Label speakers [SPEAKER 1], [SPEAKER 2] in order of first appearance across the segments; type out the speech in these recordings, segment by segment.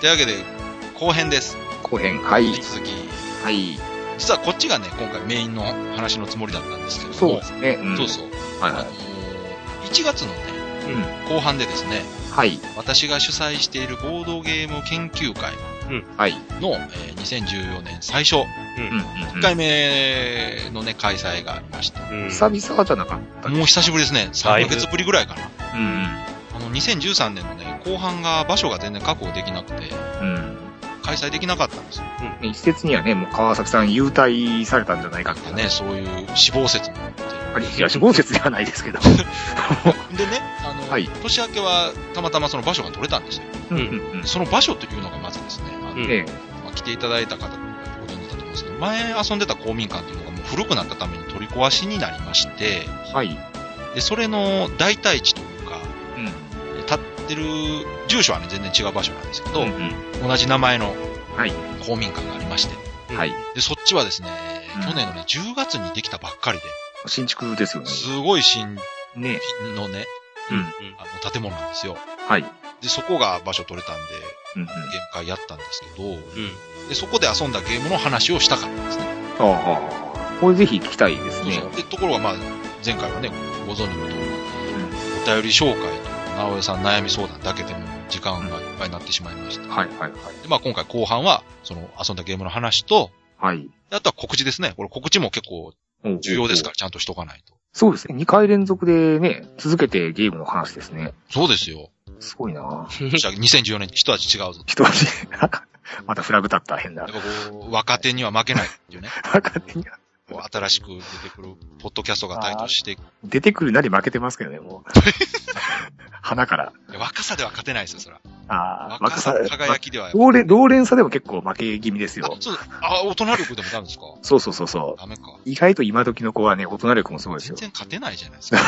[SPEAKER 1] というわけで、後編です。
[SPEAKER 2] 後編。はい。
[SPEAKER 1] 引き続き。
[SPEAKER 2] はい。
[SPEAKER 1] 実はこっちがね、今回メインの話のつもりだったんですけれど
[SPEAKER 2] そう
[SPEAKER 1] も
[SPEAKER 2] で。すね。ん
[SPEAKER 1] そうそう。
[SPEAKER 2] はい
[SPEAKER 1] あの
[SPEAKER 2] はい。
[SPEAKER 1] ー1月のね、
[SPEAKER 2] うん。
[SPEAKER 1] 後半でですね、
[SPEAKER 2] はい。
[SPEAKER 1] 私が主催しているボードゲーム研究会
[SPEAKER 2] はい。
[SPEAKER 1] の、えー2014年最初、
[SPEAKER 2] うんうん
[SPEAKER 1] 1回目のね、開催がありました。
[SPEAKER 3] うん。
[SPEAKER 2] 久々じゃなかった
[SPEAKER 1] もう久しぶりですね。
[SPEAKER 3] だ
[SPEAKER 1] 3
[SPEAKER 3] い
[SPEAKER 1] ヶ
[SPEAKER 3] ぶ
[SPEAKER 1] 月ぶりぐらいかな。
[SPEAKER 2] うん
[SPEAKER 1] あの、2013年のね、後半が場所が全然確保できなくて、
[SPEAKER 2] うん。うん。
[SPEAKER 1] 開催できなかったんですよ。
[SPEAKER 2] ね一説にはね、もう川崎さん優退されたんじゃないかっていう
[SPEAKER 1] ね、。そういう死亡説もあって。
[SPEAKER 2] あれ、東豪雪ではないですけど。
[SPEAKER 1] でね、あの、
[SPEAKER 2] はい
[SPEAKER 1] 年明けはたまたまその場所が取れたんですよ。
[SPEAKER 2] うんうんうん。
[SPEAKER 1] その場所というのがまずですね、あの
[SPEAKER 3] うん
[SPEAKER 2] ね
[SPEAKER 1] まあ来ていただいた方もご存知だと思うんですけど、前遊んでた公民館というのがもう古くなったために取り壊しになりまして、
[SPEAKER 2] はい。
[SPEAKER 1] で、それの代替地というか、立ってる住所はね、全然違う場所なんですけど、
[SPEAKER 2] うんうん
[SPEAKER 1] 同じ名前の
[SPEAKER 2] はい
[SPEAKER 1] 公民館がありまして、
[SPEAKER 2] はい。
[SPEAKER 1] で、そっちはですね、
[SPEAKER 2] うん
[SPEAKER 1] 去年のね、10月にできたばっかりで、
[SPEAKER 2] 新築ですよね。
[SPEAKER 1] すごい新
[SPEAKER 2] ね
[SPEAKER 1] 品のね、
[SPEAKER 2] うん。
[SPEAKER 1] あの建物なんですよ。
[SPEAKER 2] はい。
[SPEAKER 1] で、そこが場所取れたんで、
[SPEAKER 2] うんうん。
[SPEAKER 1] ゲーム会やったんですけど、
[SPEAKER 3] うん。
[SPEAKER 1] で、そこで遊んだゲームの話をしたかったんですね。
[SPEAKER 2] ああ、これぜひ聞きたいですね。
[SPEAKER 1] で、ところがまあ、前回はね、ご存知の通り、お便り紹介と、直江さん悩み相談だけでも時間がいっぱいになってしまいました。
[SPEAKER 2] はいはいはい。
[SPEAKER 1] で、まあ今回後半は、その遊んだゲームの話と、
[SPEAKER 2] はい。
[SPEAKER 1] であとは告知ですね。これ告知も結構
[SPEAKER 2] おう
[SPEAKER 1] 重要ですから、ちゃんとしとかないと。
[SPEAKER 2] そうですね。2回連続でね、続けてゲームの話ですね。
[SPEAKER 1] そうですよ。
[SPEAKER 2] すごいな
[SPEAKER 1] じゃあ2014年一味違うぞ。
[SPEAKER 2] 一足、なんか、またフラグ立った変な
[SPEAKER 1] やっ。ぱこう、若手には負けないって いうね。
[SPEAKER 2] なんかね
[SPEAKER 1] こう新しく出てくる、ポッドキャストが台頭していく。
[SPEAKER 2] 出てくるなり負けてますけど ね、もう。花から。
[SPEAKER 1] いや若さでは勝てないですよ、それは。
[SPEAKER 2] ああ、
[SPEAKER 1] 若さ、輝
[SPEAKER 2] ま
[SPEAKER 1] きでは。
[SPEAKER 2] 同連、同連差でも結構負け気味です
[SPEAKER 1] あ
[SPEAKER 2] よ、。
[SPEAKER 1] そう、あ、大人力でもダメですか
[SPEAKER 2] そうそうそうそ
[SPEAKER 1] ダメか。
[SPEAKER 2] う。意外と今時の子はね、大人力もすごいです
[SPEAKER 1] 全
[SPEAKER 2] よ。
[SPEAKER 1] 然勝てないじゃない ですか。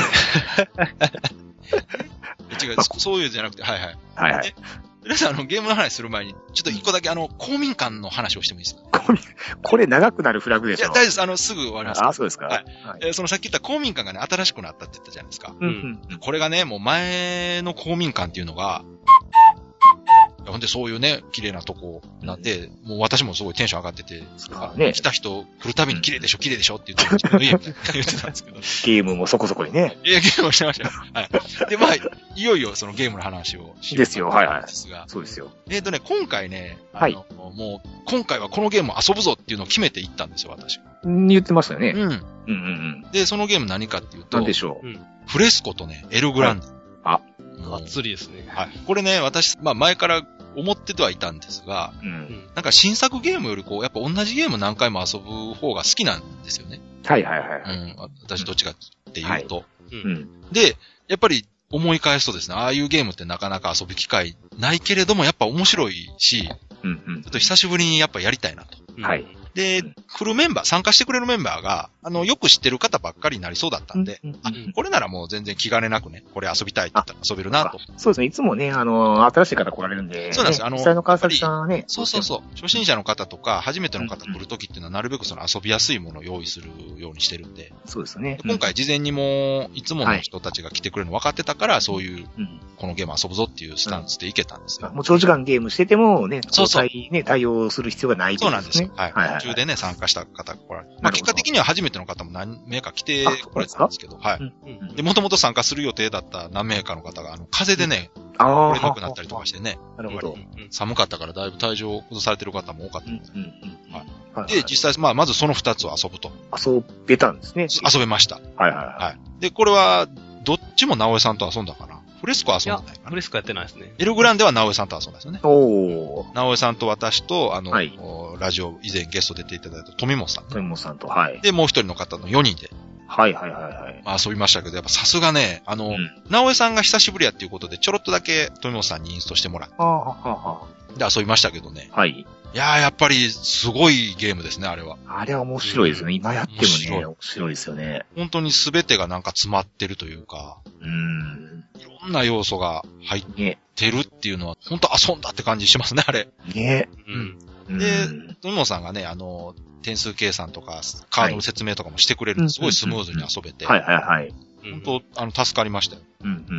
[SPEAKER 1] 違う、そそういうじゃなくて、はいはい。
[SPEAKER 2] はいはい。
[SPEAKER 1] 皆さん、あの、ゲームの話する前に、ちょっと一個だけ、あの、公民館の話をしてもいいですか
[SPEAKER 2] これ、これ長くなるフラグで
[SPEAKER 1] い
[SPEAKER 2] し
[SPEAKER 1] や、
[SPEAKER 2] ょ
[SPEAKER 1] 大。丈夫です。あの、すぐ終わります。
[SPEAKER 2] ああ、そうですか。
[SPEAKER 1] は
[SPEAKER 2] はい
[SPEAKER 1] えーそのさっき言った公民館がね、新しくなったって言ったじゃないですか。
[SPEAKER 2] うんうんうん
[SPEAKER 1] これがね、もう前の公民館っていうのが、いやほんでそういうね、綺麗なとこなんで、もう私もすごいテンション上がってて、
[SPEAKER 2] あね
[SPEAKER 1] 来た人来るたびに綺麗でしょ、綺麗でしょって言って、自分の家みたいな言ってたんですけど、
[SPEAKER 2] ゲームもそこそこにね。
[SPEAKER 1] いや、ゲームをしてましたよ。はい。で、まあ、いよいよそのゲームの話をしよう
[SPEAKER 2] ですよはいはい
[SPEAKER 1] なんですが、
[SPEAKER 2] そうですよ。
[SPEAKER 1] えっ、とね、今回ね、あ
[SPEAKER 2] は
[SPEAKER 1] の、もう、今回はこのゲームを遊ぶぞっていうのを決めていったんですよ、私。
[SPEAKER 2] うん言ってましたよね。
[SPEAKER 1] うん。
[SPEAKER 2] うんうんうん。
[SPEAKER 1] で、そのゲーム何かっていう
[SPEAKER 2] な
[SPEAKER 1] と
[SPEAKER 2] んで、しょ
[SPEAKER 1] フレスコとね、エルグランデ。
[SPEAKER 2] あ
[SPEAKER 1] うん、
[SPEAKER 3] がっつりですね。
[SPEAKER 1] はい。これね、私、まあ前から思っててはいたんですが、
[SPEAKER 2] う。う。
[SPEAKER 3] うんん。
[SPEAKER 1] なんか新作ゲームよりこう、やっぱ同じゲーム何回も遊ぶ方が好きなんですよね。
[SPEAKER 2] はいはいはいうはい。
[SPEAKER 1] ん。私どっちかっていうと。
[SPEAKER 3] うん
[SPEAKER 2] うん。
[SPEAKER 1] で、やっぱり思い返すとですね、ああいうゲームってなかなか遊ぶ機会ないけれども、やっぱ面白いし、ちょ
[SPEAKER 2] うん
[SPEAKER 1] っと久しぶりにやっぱやりたいなと。
[SPEAKER 3] うん
[SPEAKER 2] はい。
[SPEAKER 1] で、
[SPEAKER 2] うん
[SPEAKER 1] 来るメンバー、参加してくれるメンバーが、あの、よく知ってる方ばっかりになりそうだった
[SPEAKER 2] うんん。
[SPEAKER 1] で、
[SPEAKER 2] うんうん
[SPEAKER 1] あ
[SPEAKER 3] うん、
[SPEAKER 1] これならもう全然気兼ねなくね、これ遊びたいって言ったら遊べるなと。
[SPEAKER 2] そうですね。いつもね、あの、新しい方来られるんで。
[SPEAKER 1] そうなんですよあの
[SPEAKER 2] 実際の川崎さんはね。
[SPEAKER 1] そうそう
[SPEAKER 2] う。
[SPEAKER 1] そう。初心者の方とか、初めての方来るときっていうのは、なるべくその遊びやすいものを用意するようにしてるんで、
[SPEAKER 2] そうですね。
[SPEAKER 1] 今回事前にもう、いつもの人たちが来てくれるの分かってたから、そういう、
[SPEAKER 2] うん、うん
[SPEAKER 1] このゲーム遊ぶぞっていうスタンスでいけたんですよ。
[SPEAKER 2] もう長時間ゲームしててもね、
[SPEAKER 1] そうそう
[SPEAKER 2] 交代ね、対応する必要がない
[SPEAKER 1] そうなんですよ。
[SPEAKER 2] ね。
[SPEAKER 1] はい。
[SPEAKER 2] はいはい
[SPEAKER 1] 途中でね、参加した方が来られて。ま
[SPEAKER 2] な
[SPEAKER 1] あ、
[SPEAKER 2] るほど
[SPEAKER 1] 結果的には初めての方も何名か来て
[SPEAKER 2] あそうなんです
[SPEAKER 1] 来られたん
[SPEAKER 2] か
[SPEAKER 1] ですけど、は
[SPEAKER 2] う
[SPEAKER 1] い。
[SPEAKER 3] うん。
[SPEAKER 1] で、もともと参加する予定だった何名かの方が、あの、風邪でね、
[SPEAKER 2] あ
[SPEAKER 1] 来
[SPEAKER 2] あ。
[SPEAKER 1] れなくなったりとかしてね、
[SPEAKER 2] なるほど。
[SPEAKER 3] うん
[SPEAKER 1] 寒かったからだいぶ体調を崩されてる方も多かっ
[SPEAKER 2] う
[SPEAKER 1] た
[SPEAKER 2] んうん
[SPEAKER 1] で
[SPEAKER 2] うん。
[SPEAKER 1] はい
[SPEAKER 2] はい。
[SPEAKER 1] で、実際、まあ、まずその二つを遊ぶと。
[SPEAKER 2] 遊べたんですね。
[SPEAKER 1] 遊べました。
[SPEAKER 2] はいはいは
[SPEAKER 1] はい。で、これは、どっちも直江さんと遊んだかな。フレスコは遊んでないか
[SPEAKER 3] フ
[SPEAKER 1] な。
[SPEAKER 3] レスコやってないですね。
[SPEAKER 1] エルグランデは直江さんと遊んだんですよね
[SPEAKER 2] い。。おー。
[SPEAKER 1] 直江さんと私と、あの、
[SPEAKER 2] はい
[SPEAKER 1] おラジオ以前ゲスト出ていただいた富本さんね、
[SPEAKER 2] 富本さんと、はい。
[SPEAKER 1] で、もう一人の方の4人で、
[SPEAKER 2] はいはいはいはい。
[SPEAKER 1] まあ、遊びましたけど、やっぱさすがね、あの、
[SPEAKER 2] ん
[SPEAKER 1] 直江さんが久しぶりやっていうことで、ちょろっとだけ富本さんにインストしてもらって、
[SPEAKER 2] ああ、はあは
[SPEAKER 1] で、遊びましたけどね。
[SPEAKER 2] あ。はい。
[SPEAKER 1] いやー、やっぱり、すごいゲームですね、あれは。
[SPEAKER 2] あれは面白いですよね。今やっても
[SPEAKER 1] 面白い
[SPEAKER 2] ね、面白いですよね。
[SPEAKER 1] 本当に全てがなんか詰まってるというか、
[SPEAKER 2] うーん。
[SPEAKER 1] いろんな要素が入っ
[SPEAKER 2] ね。
[SPEAKER 1] てるっていうのは、本当遊んだって感じしますね、あれ。
[SPEAKER 2] ね。
[SPEAKER 3] うん。
[SPEAKER 2] うん
[SPEAKER 1] で富本さんがね、あの、点数計算とか、カードの説明とかもしてくれるんで、
[SPEAKER 2] はい
[SPEAKER 1] すごいスムーズに遊べて、
[SPEAKER 2] はいはいはい。
[SPEAKER 3] うん
[SPEAKER 1] 本当、あの、助かりましたよ。
[SPEAKER 2] うんうんうん。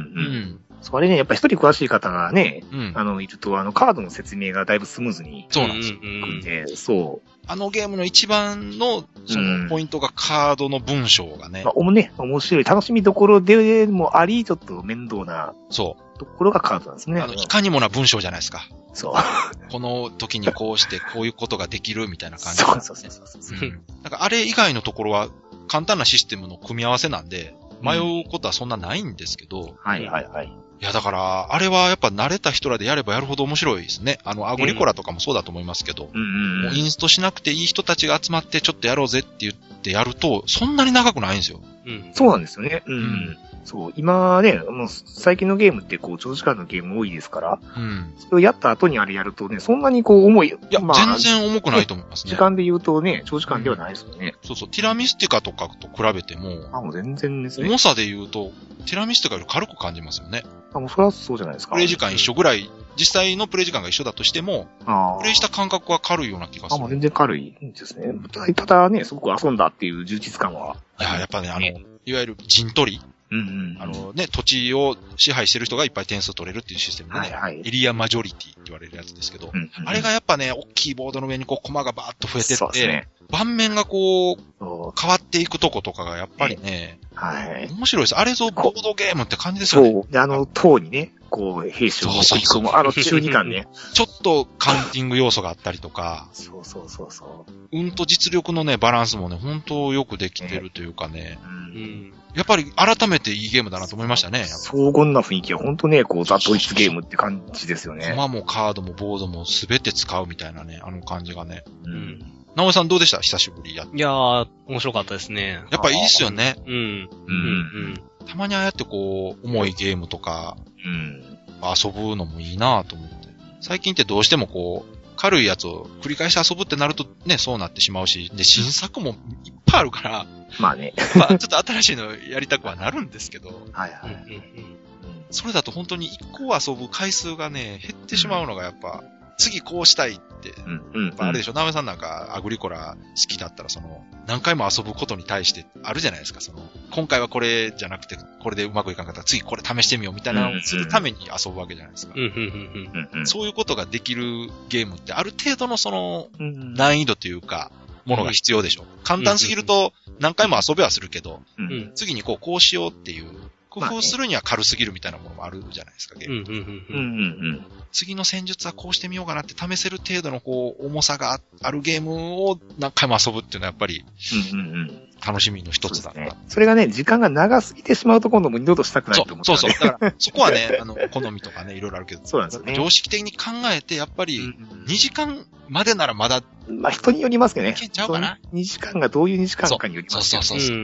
[SPEAKER 1] ん。
[SPEAKER 2] それね、やっぱ一人詳しい方がね、
[SPEAKER 1] うん。
[SPEAKER 2] あの、いると、あの、カードの説明がだいぶスムーズに
[SPEAKER 1] そうなんですよ。
[SPEAKER 3] うん
[SPEAKER 2] いくん
[SPEAKER 3] うん
[SPEAKER 2] で、そ
[SPEAKER 1] あのゲームの一番の、そうの、
[SPEAKER 2] ん
[SPEAKER 1] ポイントがカードの文章がね
[SPEAKER 2] う。まあ、、おもね、面白い、楽しみどころでもあり、ちょっと面倒な
[SPEAKER 1] そ
[SPEAKER 2] ところがカードなんです
[SPEAKER 1] う。
[SPEAKER 2] ね
[SPEAKER 1] あ。の、いかにもな文章じゃないですか。
[SPEAKER 2] そう。
[SPEAKER 1] この時にこうして、こういうことができるみたいな感じ。
[SPEAKER 2] そうそうそうそうそう。
[SPEAKER 1] うんなんかあれ以外のところは簡単なシステムの組み合わせなんで、迷うことはそんなないんですけど、い
[SPEAKER 2] はいはいはい。
[SPEAKER 1] やだから、あれはやっぱ慣れた人らでやればやるほど面白いですね。あの、アグリコラとかもそうだと思いますけど、
[SPEAKER 2] うんうん
[SPEAKER 1] も
[SPEAKER 2] う。
[SPEAKER 1] うんインストしなくていい人たちが集まってちょっとやろうぜって言ってやると、そんなに長くないんですよ。
[SPEAKER 3] うん。
[SPEAKER 2] そうなんですよね。うん。
[SPEAKER 1] ん
[SPEAKER 2] そう。今ね、もう最近のゲームってこう、長時間のゲーム多いですから、
[SPEAKER 1] うん。
[SPEAKER 2] それをやった後にあれやるとね、そんなにこう、重い。
[SPEAKER 1] いや、
[SPEAKER 2] まあ、
[SPEAKER 1] 全然重くないと思いますね
[SPEAKER 2] 時。間で言うとね、長時間ではないですよね。
[SPEAKER 1] そうそう、ティラミスティカとかと比べても、
[SPEAKER 2] あ、もう全然ですね。
[SPEAKER 1] 重さで言うと、ティラミスティカより軽く感じますよね。
[SPEAKER 2] あ、もうそれはそうじゃないですか。
[SPEAKER 1] プレイ時間一緒ぐらい、実際のプレイ時間が一緒だとしても、
[SPEAKER 2] あー
[SPEAKER 1] プレイした感覚は軽いような気がす
[SPEAKER 2] あ、もう
[SPEAKER 1] る。
[SPEAKER 2] 全然軽いんですね。ただただね、すごく遊んだっていう充実感は。
[SPEAKER 1] いや、やっぱね、あの
[SPEAKER 3] ね、
[SPEAKER 1] いわゆる陣取り、
[SPEAKER 2] うんうん。
[SPEAKER 1] あ、のね、土地を支配してる人がいっぱい点数取れるっていうシステムでね、
[SPEAKER 2] はいはい。
[SPEAKER 1] エリアマジョリティって言われるやつですけど、
[SPEAKER 2] うんうんうん
[SPEAKER 1] あれがやっぱね、大きいボードの上にこう、コマがバーッと増えて
[SPEAKER 2] そう
[SPEAKER 1] っ
[SPEAKER 2] です
[SPEAKER 1] て、
[SPEAKER 2] ね。
[SPEAKER 1] 盤面がこう、
[SPEAKER 2] そう
[SPEAKER 1] 変わっていくとことかがやっぱりね、
[SPEAKER 2] はい。
[SPEAKER 1] 面白いです。あれぞボードゲームって感じですよね。
[SPEAKER 2] そう。で、あの、塔にね、こう、兵士を送り込む。あの、中二感ね。
[SPEAKER 1] ちょっとカウンティング要素があったりとか、
[SPEAKER 2] そうそうそうそう。
[SPEAKER 1] うんと実力のね、バランスもね、本当よくできてるというかね、
[SPEAKER 2] う。
[SPEAKER 3] うんん。
[SPEAKER 1] やっぱり改めていいゲームだなと思いましたね。やっぱ
[SPEAKER 2] 荘厳な雰囲気は本当ね、こう、ザ・ドイツゲームって感じですよね。
[SPEAKER 1] 駒もカードもボードもすべて使うみたいなね、あの感じがね。
[SPEAKER 2] うん。
[SPEAKER 1] 直江さんどうでした久しぶりや。
[SPEAKER 3] いやー、面白かったですね。
[SPEAKER 1] やっぱいいっすよね。
[SPEAKER 3] うん。
[SPEAKER 2] う。
[SPEAKER 3] うんん。
[SPEAKER 1] たまにああやってこう、重いゲームとか
[SPEAKER 2] うん。
[SPEAKER 1] 遊ぶのもいいなと思って。最近ってどうしてもこう、軽いやつを繰り返し遊ぶってなるとね、そうなってしまうし、で、新作もいっぱいあるから、
[SPEAKER 2] まあね。
[SPEAKER 1] まあちょっと新しいのやりたくはなるんですけど、
[SPEAKER 2] はい
[SPEAKER 3] うん。う
[SPEAKER 2] は
[SPEAKER 3] ん
[SPEAKER 2] い。
[SPEAKER 1] それだと本当に一個遊ぶ回数がね、減ってしまうのがやっぱ、次こうしたいって
[SPEAKER 2] うん。うん。
[SPEAKER 1] やっぱあれでしょ、ナメさんなんかアグリコラ好きだったら、その、何回も遊ぶことに対してあるじゃないですか、その、今回はこれじゃなくて、これでうまくいかなかったら、次これ試してみようみたいなのをするために遊ぶわけじゃないですか。
[SPEAKER 3] うん。うん。
[SPEAKER 2] うん。うん。
[SPEAKER 1] そういうことができるゲームって、ある程度のその、
[SPEAKER 2] うん。
[SPEAKER 1] 難易度というか、ものが必要でしょ。簡単すぎると、何回も遊べはするけど、
[SPEAKER 2] うん
[SPEAKER 3] うん。
[SPEAKER 1] 次にこう、こうしようっていう、工
[SPEAKER 2] まあ
[SPEAKER 1] 夫
[SPEAKER 2] ね
[SPEAKER 1] するには軽すぎるみたいなものもあるじゃないですか、ゲーム
[SPEAKER 3] うん。う。
[SPEAKER 2] うん。うんん。
[SPEAKER 1] 次の戦術はこうしてみようかなって試せる程度のこう、重さがあるゲームを何回も遊ぶっていうのはやっぱり
[SPEAKER 2] うん。うん。
[SPEAKER 1] 楽しみの一つだ
[SPEAKER 2] そうで
[SPEAKER 1] な
[SPEAKER 2] す。ね。それがね、時間が長すぎてしまうと今度も二度としたくない
[SPEAKER 1] そう
[SPEAKER 2] と思った
[SPEAKER 1] そ
[SPEAKER 2] ん
[SPEAKER 1] う
[SPEAKER 2] で
[SPEAKER 1] そう。だから、そこはね、あの、好みとかね、いろいろあるけど、
[SPEAKER 2] そうなんですよね。
[SPEAKER 1] 常識的に考えて、やっぱり、
[SPEAKER 2] うん
[SPEAKER 1] 2時間までならまだ、
[SPEAKER 2] まあ人によりますけど
[SPEAKER 1] い
[SPEAKER 2] ね。
[SPEAKER 1] けちゃうかな
[SPEAKER 2] 2時間がどういう2時間かによりますけどね
[SPEAKER 1] そううそ
[SPEAKER 3] ん。
[SPEAKER 2] う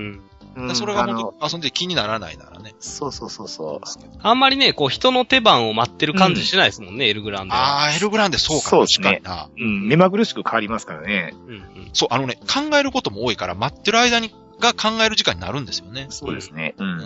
[SPEAKER 2] ん
[SPEAKER 1] それが
[SPEAKER 2] あの
[SPEAKER 1] 本当遊んで気にならないならね。
[SPEAKER 2] そうそうそうそう。
[SPEAKER 3] あんまりね、こう、人の手番を待ってる感じしないですもんね、エルグランドは。あ。
[SPEAKER 1] あー、エルグランデそうか。
[SPEAKER 2] そうですね
[SPEAKER 1] 確かにな。
[SPEAKER 2] うん、目まぐるしく変わりますからね。
[SPEAKER 3] うん。うん。
[SPEAKER 1] そう、あのね、考えることも多いから、待ってる間に、が考える時間になるんですよね。
[SPEAKER 2] そうですね。うん。
[SPEAKER 1] うん。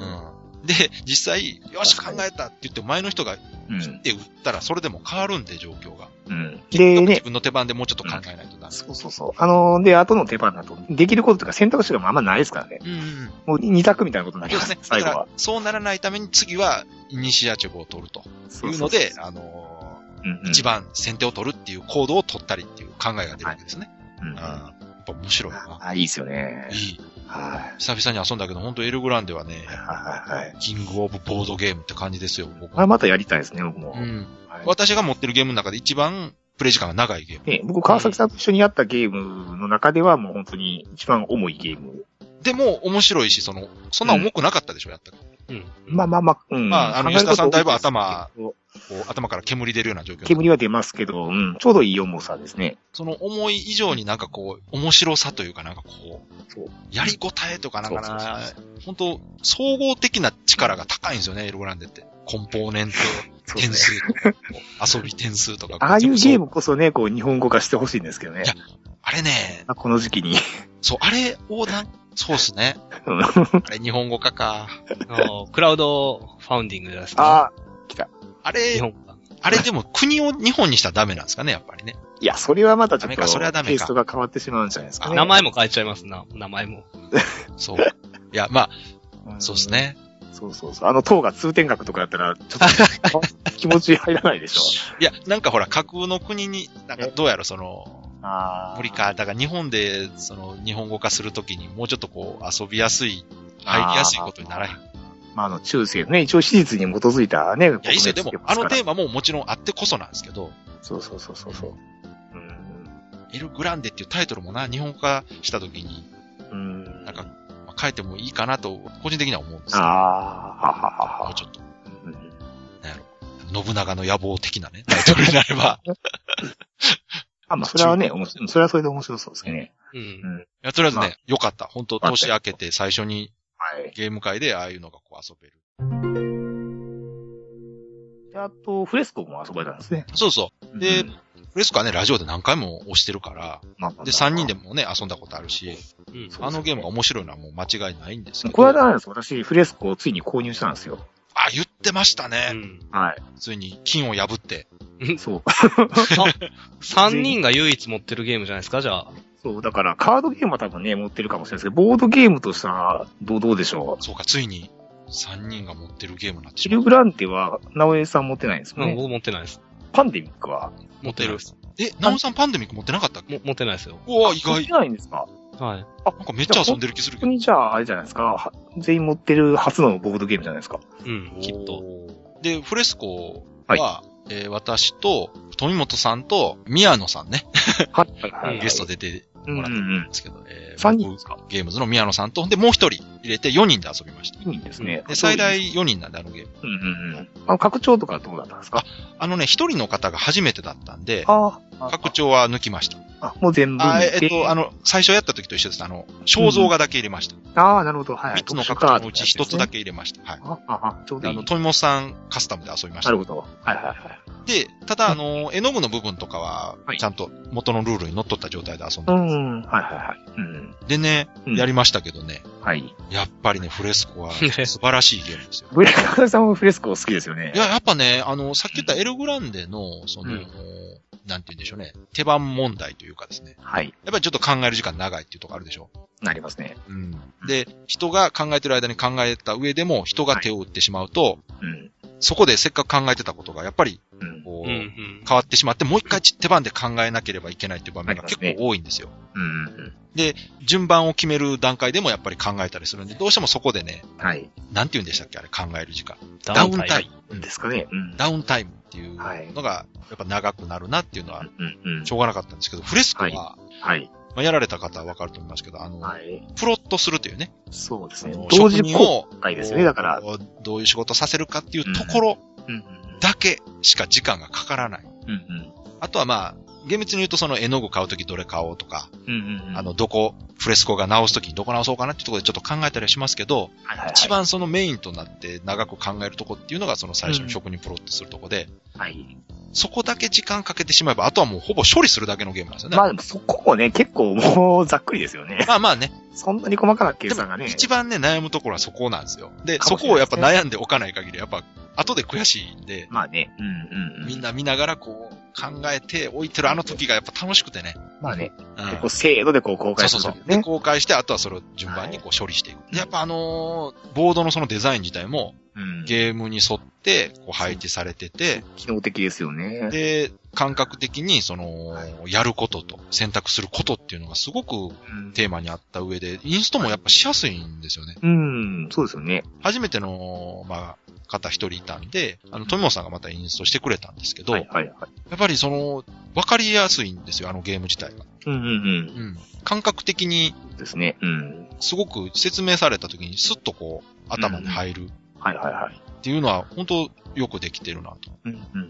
[SPEAKER 1] で、実際、よし、考えたって言って、前の人が
[SPEAKER 2] う
[SPEAKER 1] 切っ
[SPEAKER 2] ん。
[SPEAKER 1] て打ったら、それでも変わるんで、状況が。
[SPEAKER 2] うん。
[SPEAKER 1] 結
[SPEAKER 2] で
[SPEAKER 1] 局自
[SPEAKER 2] ね、
[SPEAKER 1] 分の手番でもうちょっと考えないとダメ。
[SPEAKER 2] そうそうそう。あのーで、後の手番だと、できることとか選択肢があんまないですからね。
[SPEAKER 1] うんうん。
[SPEAKER 2] もう二択みたいなことになり
[SPEAKER 1] そう
[SPEAKER 2] ま
[SPEAKER 1] です
[SPEAKER 2] す
[SPEAKER 1] ねだ
[SPEAKER 2] ね、。最後
[SPEAKER 1] から
[SPEAKER 2] は。、
[SPEAKER 1] そうならないために次は、イニシアチブを取ると
[SPEAKER 2] そ
[SPEAKER 1] いう
[SPEAKER 2] そ
[SPEAKER 1] の
[SPEAKER 2] うそう
[SPEAKER 1] で、あの
[SPEAKER 2] うんう
[SPEAKER 1] ー、
[SPEAKER 2] ん
[SPEAKER 1] 一番先手を取るっていう行動を取ったりっていう考えが出るわけですね。
[SPEAKER 2] うん
[SPEAKER 1] うん。
[SPEAKER 2] あ
[SPEAKER 1] やっぱ面白いな。
[SPEAKER 2] あ、いいですよね
[SPEAKER 1] い。い。
[SPEAKER 2] は
[SPEAKER 1] 久々に遊んだけど、本当エルグランではね
[SPEAKER 2] い。、はいはいはい。
[SPEAKER 1] キングオブボードゲームって感じですよ、僕
[SPEAKER 2] これまたやりたいですね、僕も。
[SPEAKER 1] うん。
[SPEAKER 2] はい
[SPEAKER 1] 私が持ってるゲームの中で一番プレイ時間が長いゲーム。
[SPEAKER 2] ね、僕、川崎さんと一緒にやったゲームの中では、もう本当に一番重いゲーム。
[SPEAKER 1] でも、面白いし、その、そんな重くなかったでしょ、やったら
[SPEAKER 3] うん。
[SPEAKER 2] まあまあまあ、うん。
[SPEAKER 1] まああの
[SPEAKER 2] 考える
[SPEAKER 1] 吉田
[SPEAKER 2] こと
[SPEAKER 1] さんだいぶ
[SPEAKER 2] 多ですけど
[SPEAKER 1] 頭。こう頭から煙出るような状況。
[SPEAKER 2] 煙は出ますけど、うん、ちょうどいい重さですね。
[SPEAKER 1] その思い以上になんかこう、面白さというかなんかこう、
[SPEAKER 2] そう
[SPEAKER 1] やりごたえとかなんか
[SPEAKER 2] そうそう
[SPEAKER 1] な、本当総合的な力が高いんですよね、エルゴランデって。コンポーネント、
[SPEAKER 2] そうで
[SPEAKER 1] 点
[SPEAKER 2] すね。
[SPEAKER 1] 数とか、こう遊び点数とか。
[SPEAKER 2] ああいうゲー
[SPEAKER 1] ム
[SPEAKER 2] ムこそね、こう、日本語化してほしいんですけどね
[SPEAKER 1] い。やあれね、
[SPEAKER 2] あこの時期 に。
[SPEAKER 1] そう、あれをなん、そうっすね。
[SPEAKER 2] うん
[SPEAKER 1] あれ日本語化か。
[SPEAKER 3] あのクラウドファウンディングですね。
[SPEAKER 2] ああ、
[SPEAKER 1] あ
[SPEAKER 3] 日
[SPEAKER 1] れ、
[SPEAKER 3] 本か。
[SPEAKER 1] あれでも国を日本にしたらダメなんですかね、やっぱりね。
[SPEAKER 2] いや、それはまたちょ
[SPEAKER 1] ダ
[SPEAKER 2] っ
[SPEAKER 1] メかそれは
[SPEAKER 2] と、
[SPEAKER 1] ダメか
[SPEAKER 2] テイストが変わってしまうんじゃないですかね。
[SPEAKER 3] 名前も変えちゃいますな、名前も。
[SPEAKER 1] そう。いや、まあ、そうっすね。
[SPEAKER 2] そうそうそう。あの塔が通天閣とかだったら、ちょっ とあ気持ち入らないでしょ。
[SPEAKER 1] いや、なんかほら、架空の国に、なんかどうやらその、
[SPEAKER 2] あー
[SPEAKER 1] 無理か。だから日本で、その、日本語化するときにもうちょっとこう、遊びやすい、入りやすいことにならへん。い
[SPEAKER 2] まあ、あの、中世のね、一応史実に基づいたね、
[SPEAKER 1] や、いいっすよ。でも
[SPEAKER 2] 国、名
[SPEAKER 1] あの
[SPEAKER 2] つけますから
[SPEAKER 1] テーマももちろんあってこそなんですけど、
[SPEAKER 2] そうそうそうそうそう。うん。
[SPEAKER 1] エル・グランデっていうタイトルもな、日本語化したときに、
[SPEAKER 2] うん。
[SPEAKER 1] なんか、まあ、書いてもいいかなと、個人的には思うんです
[SPEAKER 2] ああ
[SPEAKER 1] よ。、
[SPEAKER 2] ははは
[SPEAKER 1] もう
[SPEAKER 2] は。
[SPEAKER 1] ちょっと、
[SPEAKER 2] うん
[SPEAKER 1] 信長の野望的なね、タイトルになれば。
[SPEAKER 2] あ、まあ、それはね、面白いそれはそれで面白そうですね。
[SPEAKER 3] うん。
[SPEAKER 1] いや、とりあえず
[SPEAKER 2] ま
[SPEAKER 1] ね、良かった。本当
[SPEAKER 2] かった
[SPEAKER 1] 年明けて最初に
[SPEAKER 2] はい。
[SPEAKER 1] ゲーム会でああいうのがこう遊べる。
[SPEAKER 2] であと、フレスコも遊ばれたんですね。
[SPEAKER 1] そうそう。で、
[SPEAKER 2] うん
[SPEAKER 1] フレスコはね、ラジオで何回も押してるから、
[SPEAKER 2] まあまあ
[SPEAKER 1] で、3人でもね、遊んだことあるし、
[SPEAKER 3] うん。
[SPEAKER 2] そう
[SPEAKER 1] あのゲームが面白いのはもう間違いないんですけど。
[SPEAKER 2] この間なんです、私、フレスコをついに購入したんですよ。
[SPEAKER 1] あ、言ってましたね。
[SPEAKER 2] はい。
[SPEAKER 1] ついに金を破って。
[SPEAKER 2] そう。
[SPEAKER 3] 三人が唯一持ってるゲームじゃないですか、じゃあ。
[SPEAKER 2] そう、だから、カードゲームは多分ね、持ってるかもしれないですけど、ボードゲームとしたら、どう、どうでしょう。
[SPEAKER 1] そうか、ついに3人が持ってるゲームになって
[SPEAKER 2] シ
[SPEAKER 1] しま
[SPEAKER 2] ル
[SPEAKER 1] う。
[SPEAKER 2] グランテは、直江さん持ってないんです
[SPEAKER 3] う
[SPEAKER 2] もん
[SPEAKER 3] ん、
[SPEAKER 2] ね。
[SPEAKER 3] 僕持ってないです。
[SPEAKER 2] パンデミックは
[SPEAKER 3] 持ってる。も
[SPEAKER 1] え、ナオさんパンデミック持ってなかったっけ
[SPEAKER 3] 持ってないですよ。
[SPEAKER 1] うわ、意
[SPEAKER 2] 持っ
[SPEAKER 1] 外
[SPEAKER 2] て。ないんですか
[SPEAKER 3] は
[SPEAKER 1] な
[SPEAKER 3] い。
[SPEAKER 1] んかめっちゃ遊んでる気するけ
[SPEAKER 2] ここ
[SPEAKER 1] ど。
[SPEAKER 2] にじゃあ、あれじゃないですか、は全員持ってる初のボードゲームじゃないですか。
[SPEAKER 3] うん、きっと。
[SPEAKER 1] おー。で、フレスコは、えー私と、富本さんと、宮野さんね、
[SPEAKER 2] はい。はい
[SPEAKER 1] ゲスト出て
[SPEAKER 2] うん
[SPEAKER 1] も
[SPEAKER 2] う
[SPEAKER 1] ら
[SPEAKER 2] ん
[SPEAKER 1] っ
[SPEAKER 2] う
[SPEAKER 1] たん
[SPEAKER 2] ん。
[SPEAKER 1] ですけど、えー
[SPEAKER 2] 3人ですか
[SPEAKER 1] ゲームズの宮野さんと、で、もう一人入れて4人で遊びました。
[SPEAKER 2] いいんですね。
[SPEAKER 1] で、最大4人なんで、あのゲーム。
[SPEAKER 2] うんうんうん。あの、拡張とかどうだったんですか
[SPEAKER 1] あのね、一人の方が初めてだったんで、
[SPEAKER 2] ああ
[SPEAKER 1] 拡張は抜きました。
[SPEAKER 2] あ、もう全部
[SPEAKER 1] あ
[SPEAKER 2] 見
[SPEAKER 1] え
[SPEAKER 2] て。
[SPEAKER 1] っと、あの、最初やった時と一緒です。あの、肖像画だけ入れました。
[SPEAKER 2] ああ、なるほど。はい。
[SPEAKER 1] 三つの拡張のうち一
[SPEAKER 2] 一
[SPEAKER 1] つだ。け入れました。はい。
[SPEAKER 2] あ、あ、あちょう
[SPEAKER 1] で
[SPEAKER 2] どい
[SPEAKER 1] あ
[SPEAKER 2] い。
[SPEAKER 1] の、富本さんカスタムで遊びまし
[SPEAKER 2] な
[SPEAKER 1] た
[SPEAKER 2] る。ほど。はいはいはい。
[SPEAKER 1] で、ただ、あの、絵の具の部分とかは
[SPEAKER 2] は、い
[SPEAKER 1] ちゃんと元のルールにのっとった状態で遊ん
[SPEAKER 2] う
[SPEAKER 1] だんです。
[SPEAKER 2] ん。はいはいはい。うん。
[SPEAKER 1] でね、
[SPEAKER 2] うん
[SPEAKER 1] やりましたけどね、
[SPEAKER 2] はい。
[SPEAKER 1] やっぱりね、フレスコ は素晴らしいゲームですよ。
[SPEAKER 2] ブレカーさんもフレスコ好きですよね。
[SPEAKER 1] いや、やっぱね、あの、さっき言ったエルグランデの、その、
[SPEAKER 2] うん
[SPEAKER 1] なんて言うんでしょうね、手番問題というかですね、
[SPEAKER 2] はい。
[SPEAKER 1] やっぱりちょっと考える時間長いっていうところあるでしょ。
[SPEAKER 2] なりますね。
[SPEAKER 1] うん。で、人が考えてる間に考えた上でも、人が手を打ってしまうと、
[SPEAKER 2] うん。
[SPEAKER 1] そこでせっかく考えてたことが、やっぱり、
[SPEAKER 2] うん。
[SPEAKER 1] こう、
[SPEAKER 3] うん、うん。
[SPEAKER 1] 変わってしまって、もう一回手番で考えなければいけないっていう場面が
[SPEAKER 2] ありま
[SPEAKER 1] 結
[SPEAKER 2] すね
[SPEAKER 1] 構多いんですよ。
[SPEAKER 2] うんうん。
[SPEAKER 1] 順番を決める段階でもやっぱり考えたりするんで、どうしてもそこでね、
[SPEAKER 2] はい。
[SPEAKER 1] なんて言うんでしたっけあれ考える時間。
[SPEAKER 3] ダウンタイ
[SPEAKER 1] ム。
[SPEAKER 2] ですかね。うん。
[SPEAKER 1] ダウンタイムっていうのが、やっぱ長くなるなっていうのは、
[SPEAKER 2] うんうん
[SPEAKER 1] し。ょうがなかったんですけど、フレスコは、
[SPEAKER 2] はいはい。
[SPEAKER 1] まあ、やられた方はわかると思いますけど、あの、
[SPEAKER 2] はい。
[SPEAKER 1] プロットするというね、
[SPEAKER 2] そうです
[SPEAKER 1] あ
[SPEAKER 2] ね
[SPEAKER 1] の。
[SPEAKER 2] 同時
[SPEAKER 1] 職人
[SPEAKER 2] 公
[SPEAKER 1] を
[SPEAKER 2] 開ですよね。だから。
[SPEAKER 1] こうどういう仕事させるかっていうところ
[SPEAKER 2] うん
[SPEAKER 1] だけしか時間がかからない。
[SPEAKER 2] うん。うん
[SPEAKER 1] あとはまあ、厳密に言うとその絵の具買うときどれ買おうとか、
[SPEAKER 2] うん。うんうん。
[SPEAKER 1] あの、どこ、フレスコが直すときにどこ直そうかなっていうところでちょっと考えたりはしますけど、
[SPEAKER 2] はいはいはい、
[SPEAKER 1] 一番そのメインとなって長く考えるとこっていうのがその最初の職人プロットするとこで、
[SPEAKER 2] はい。
[SPEAKER 1] そこだけ時間かけてしまえば、あとはもうほぼ処理するだけのゲームなんですよね。
[SPEAKER 2] まあでもそこもね、結構もうざっくりですよね。
[SPEAKER 1] まあまあね。
[SPEAKER 2] そんなに細かな計
[SPEAKER 1] で
[SPEAKER 2] 算が
[SPEAKER 1] も、
[SPEAKER 2] ね。
[SPEAKER 1] 一番ね、悩むところはそこなんですよ。で、
[SPEAKER 2] か
[SPEAKER 1] そ
[SPEAKER 2] もし
[SPEAKER 1] こ
[SPEAKER 2] れ
[SPEAKER 1] を
[SPEAKER 2] ない
[SPEAKER 1] や
[SPEAKER 2] で
[SPEAKER 1] っ
[SPEAKER 2] す
[SPEAKER 1] ぱ
[SPEAKER 2] ね
[SPEAKER 1] 悩んでおかない限り、やっぱ、後で悔しいんで、
[SPEAKER 2] まあね。うんうんうん。
[SPEAKER 1] みん。な見ながらこう、考えて置いてるあの時がやっぱ楽しくてね。
[SPEAKER 2] まあね。
[SPEAKER 1] うん
[SPEAKER 2] こう精度でこう公
[SPEAKER 1] そう
[SPEAKER 2] 開す
[SPEAKER 1] そうそ
[SPEAKER 2] ると
[SPEAKER 1] う
[SPEAKER 2] き。
[SPEAKER 1] で、
[SPEAKER 2] ね。
[SPEAKER 1] 公開して、あとはそれを順番にこう処理していく。でやっぱあのーボードのそのデザイン自体も、
[SPEAKER 2] うん。
[SPEAKER 1] ゲームに沿って、こう配置されてて、
[SPEAKER 2] 機能的ですよね。
[SPEAKER 1] で、感覚的に、その、やることと、選択することっていうのがすごく
[SPEAKER 2] うん
[SPEAKER 1] テーマにあった上で、インストもやっぱしやすいんですよね。
[SPEAKER 2] うん、そうですよね。
[SPEAKER 1] 初めての、まあ、方一人いたんで、あの、富本さんがまたインストしてくれたんですけど、
[SPEAKER 2] はいはいはい。
[SPEAKER 1] やっぱりその、わかりやすいんですよ、あのゲーム自体が。
[SPEAKER 2] うんうんうん。
[SPEAKER 1] うん。感覚的に、
[SPEAKER 2] そうですね。うん。
[SPEAKER 1] すごく説明された時にスッとこう、頭に入る
[SPEAKER 2] はいはいはい。
[SPEAKER 1] っていうのは、本当よくできてるなと。
[SPEAKER 2] うんうん。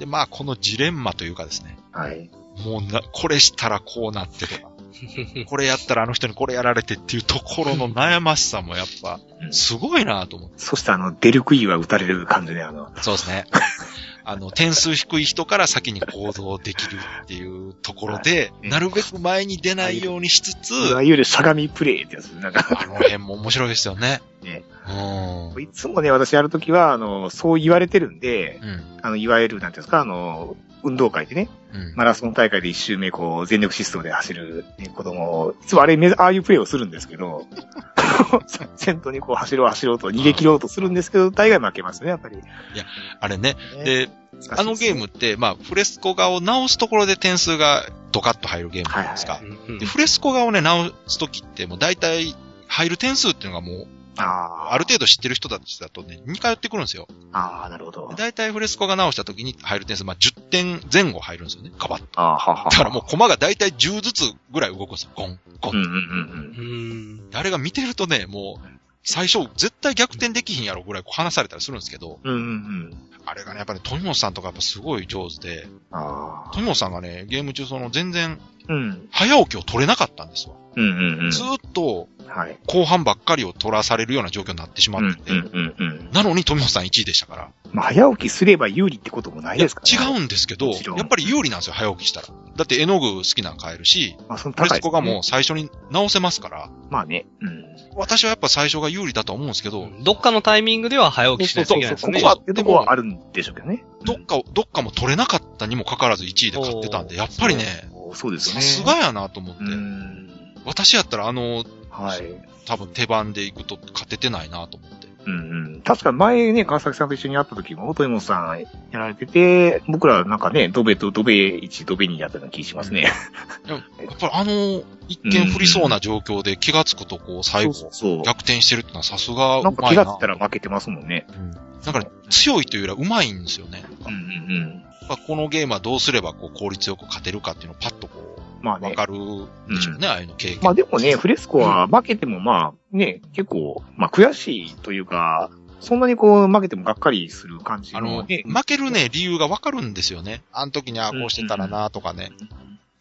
[SPEAKER 1] で、まあ、このジレンマというかですね、
[SPEAKER 2] はい。
[SPEAKER 1] もうな、これしたらこうなってとか、
[SPEAKER 3] ム。
[SPEAKER 1] これやったらあの人にこれやられてっていうところの悩ましさもやっぱ、
[SPEAKER 2] うん
[SPEAKER 1] すごいなと思って。
[SPEAKER 2] そしてあの、デルクイーは打たれる感じで、あの、
[SPEAKER 1] そうですね。 あの、点数低い人から先に行動できるっていうところで、
[SPEAKER 2] はい
[SPEAKER 1] なるべく前に出ないようにしつつ、
[SPEAKER 2] いわゆるしゃがみプレイってやつ。なんか、
[SPEAKER 1] あの辺も面白いですよね。
[SPEAKER 2] ね
[SPEAKER 1] うん。
[SPEAKER 2] いつもね、私やるときは、あの、そう言われてるんで、
[SPEAKER 1] うん。
[SPEAKER 2] あの、いわゆる、なんていうんですか、あの、運動会でね、
[SPEAKER 1] うん。
[SPEAKER 2] マラソン大会で一周目、こう、全力疾走で走る、ね、子供、いつもあれめ、ああいうプレイをするんですけ ど、先頭にこう、走ろう走ろうと、逃げ切ろうとするんですけど、大概負けますね、やっぱり。
[SPEAKER 1] あれね。
[SPEAKER 2] ね
[SPEAKER 1] で、
[SPEAKER 2] 難しいですね
[SPEAKER 1] あのゲームって、まあ、フレスコ画を直すところで点数がドカッと入るゲームじゃないですか。
[SPEAKER 2] は
[SPEAKER 3] うん
[SPEAKER 1] で、フレスコ画をね、直すときって、もう大体、入る点数っていうのがもう、
[SPEAKER 2] あ
[SPEAKER 1] ある程度知ってる人たちだとね、2回寄ってくるんですよ。
[SPEAKER 2] 度。ああ、なるほど
[SPEAKER 1] で。大体フレスコが直したときに入る点数、まあ、10点前後入るんですよね。カバッと。
[SPEAKER 2] ああ、はは。
[SPEAKER 1] だからもう、コマが大体10ずつぐらい動くんですよ。ゴン、ゴン。
[SPEAKER 2] うんうんうん
[SPEAKER 3] うん。
[SPEAKER 1] あれが見てるとね、もう、最初、絶対逆転できひんやろぐらいこう話されたりするんですけど、
[SPEAKER 2] うん。うんうんうん。
[SPEAKER 1] あれがね、やっぱね、富本さんとかやっぱすごい上手で、
[SPEAKER 2] ああ。
[SPEAKER 1] 富本さんがね、ゲーム中その全然、
[SPEAKER 2] うん。
[SPEAKER 1] 早起きを取れなかったんですわ。
[SPEAKER 2] うんうんうん。
[SPEAKER 1] ずーっと、
[SPEAKER 2] はい。
[SPEAKER 1] 後半ばっかりを取らされるような状況になってしま
[SPEAKER 2] う
[SPEAKER 1] っ
[SPEAKER 2] ん
[SPEAKER 1] てて、
[SPEAKER 2] うんうんうん。
[SPEAKER 1] なのに富本さん1位でしたから。
[SPEAKER 2] まあ、早起きすれば有利ってこともない
[SPEAKER 1] いや
[SPEAKER 2] ですから、
[SPEAKER 1] 違うんですけど、
[SPEAKER 2] もちろん
[SPEAKER 1] やっぱり有利なんですよ、早起きしたら。だって絵の具好きなの買えるし、
[SPEAKER 2] まあ、その
[SPEAKER 1] プレ
[SPEAKER 2] 高い、
[SPEAKER 1] スコがもう。最初に直せますから、
[SPEAKER 2] まあね。うん。
[SPEAKER 1] 私はやっぱ最初が有利だと思うんですけど、
[SPEAKER 3] どっかのタイミングでは早起きしないといけないです
[SPEAKER 2] こ
[SPEAKER 3] ね。
[SPEAKER 2] こはってとこはあるんでしょうけどね。
[SPEAKER 1] どっかを、どっかも取れなかったにもかかわらず1位で買ってたんで、やっぱりね、
[SPEAKER 2] おそうですよ
[SPEAKER 1] さ
[SPEAKER 2] ね。
[SPEAKER 1] すがやなと思って
[SPEAKER 2] う。ん。
[SPEAKER 1] 私やったらあの、
[SPEAKER 2] はい。
[SPEAKER 1] 多分手番で行くと勝ててないなと思って。
[SPEAKER 2] うんうん。確か前ね、川崎さんと一緒に会った時も、豊本さんやられてて、僕らなんかね、ドベとドベ1、ドベ2やったような気しますね。
[SPEAKER 1] やっぱりあの、一見降りそうな状況で気がつくとこう、最
[SPEAKER 2] そ
[SPEAKER 1] 後、
[SPEAKER 2] うそう
[SPEAKER 1] 逆転してるってのはさすがう
[SPEAKER 2] なんか
[SPEAKER 1] ま
[SPEAKER 2] 気
[SPEAKER 1] いな。
[SPEAKER 2] がついたら負けてますもんね。
[SPEAKER 1] うんだから強いというよりはうまいんですよね。
[SPEAKER 2] うんうん
[SPEAKER 1] まあ、このゲームはどうすればこう効率よく勝てるかっていうのをパッとこ
[SPEAKER 2] うん。まあ
[SPEAKER 1] う、わ
[SPEAKER 2] ね。
[SPEAKER 1] かるでしょうね、ああいうの経験。
[SPEAKER 2] まあでもね、フレスコは負けてもまあね、結構、まあ悔しいというか、そんなにこう負けてもがっかりする感じ
[SPEAKER 1] あの、
[SPEAKER 2] のね。
[SPEAKER 1] 負けるね、理由がわかるんですよね。あの時にああこうしてたらなとかね。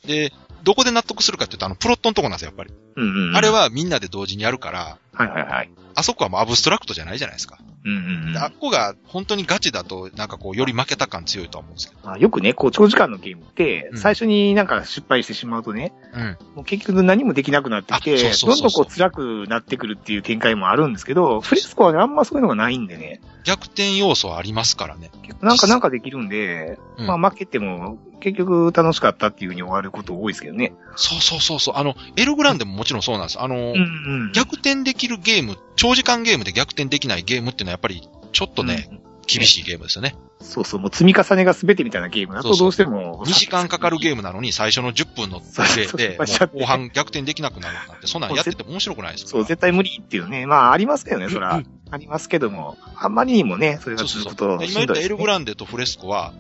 [SPEAKER 1] で、どこで納得するかっていうと、あの、プロットのとこなんですよ、やっぱり。
[SPEAKER 2] うんうんうん。
[SPEAKER 1] あれ、はみんなで同時にやるから、
[SPEAKER 2] はいはいはい。
[SPEAKER 1] あそこはもうアブストラクトじゃないじゃないですか。
[SPEAKER 2] うんうんうん
[SPEAKER 1] であっこが本当にガチだと、なんかこう、より負けた感強いとは思うんですけど。
[SPEAKER 2] まあよくね、こう長時間のゲームって、
[SPEAKER 1] うん
[SPEAKER 2] 最初になんか失敗してしまうとね、
[SPEAKER 1] うん。
[SPEAKER 2] もう結局何もできなくなってき
[SPEAKER 1] あそう
[SPEAKER 2] て、
[SPEAKER 1] そうそう
[SPEAKER 2] どん
[SPEAKER 1] そ
[SPEAKER 2] ど
[SPEAKER 1] うん
[SPEAKER 2] こう辛くなってくるっていう展開もあるんですけど、フレスコはね、あんまそういうのがないんでね、
[SPEAKER 1] 逆転要素はありますからね。
[SPEAKER 2] 結構なんかなんかできるんで、
[SPEAKER 1] うん
[SPEAKER 2] まあ負けても結局楽しかったっていうふうに終わること多いですけどね。
[SPEAKER 1] そうそうそうそう。あの、エルグランでももちろんそうなんです。あの、
[SPEAKER 2] うんうん。
[SPEAKER 1] 逆転できるゲーム、長時間ゲームで逆転できないゲームっていうのはやっぱり、ちょっとね、
[SPEAKER 2] うん
[SPEAKER 1] 厳しいゲームですよね。
[SPEAKER 2] そうそう、もう積み重ねが全てみたいなゲームだ
[SPEAKER 1] そう
[SPEAKER 2] と
[SPEAKER 1] そう
[SPEAKER 2] どうしても。
[SPEAKER 1] 2時間かかるゲームなのに、最初の10分のプレイで、
[SPEAKER 2] そうそう
[SPEAKER 1] もう後半逆転できなくなるなんて、そんなんやってても面白くないですか
[SPEAKER 2] そう、
[SPEAKER 1] ら。
[SPEAKER 2] 絶対無理っていうね。まあ、ありますけどね、そら。ありますけども、あんまりにもね、それが
[SPEAKER 1] そうそう
[SPEAKER 2] 続く
[SPEAKER 1] そう。
[SPEAKER 2] と
[SPEAKER 1] 今
[SPEAKER 2] し
[SPEAKER 1] 言
[SPEAKER 2] ん
[SPEAKER 1] っ
[SPEAKER 2] どい
[SPEAKER 1] た
[SPEAKER 2] で
[SPEAKER 1] エ
[SPEAKER 2] す
[SPEAKER 1] ル
[SPEAKER 2] ね、
[SPEAKER 1] グランデとフレスコは、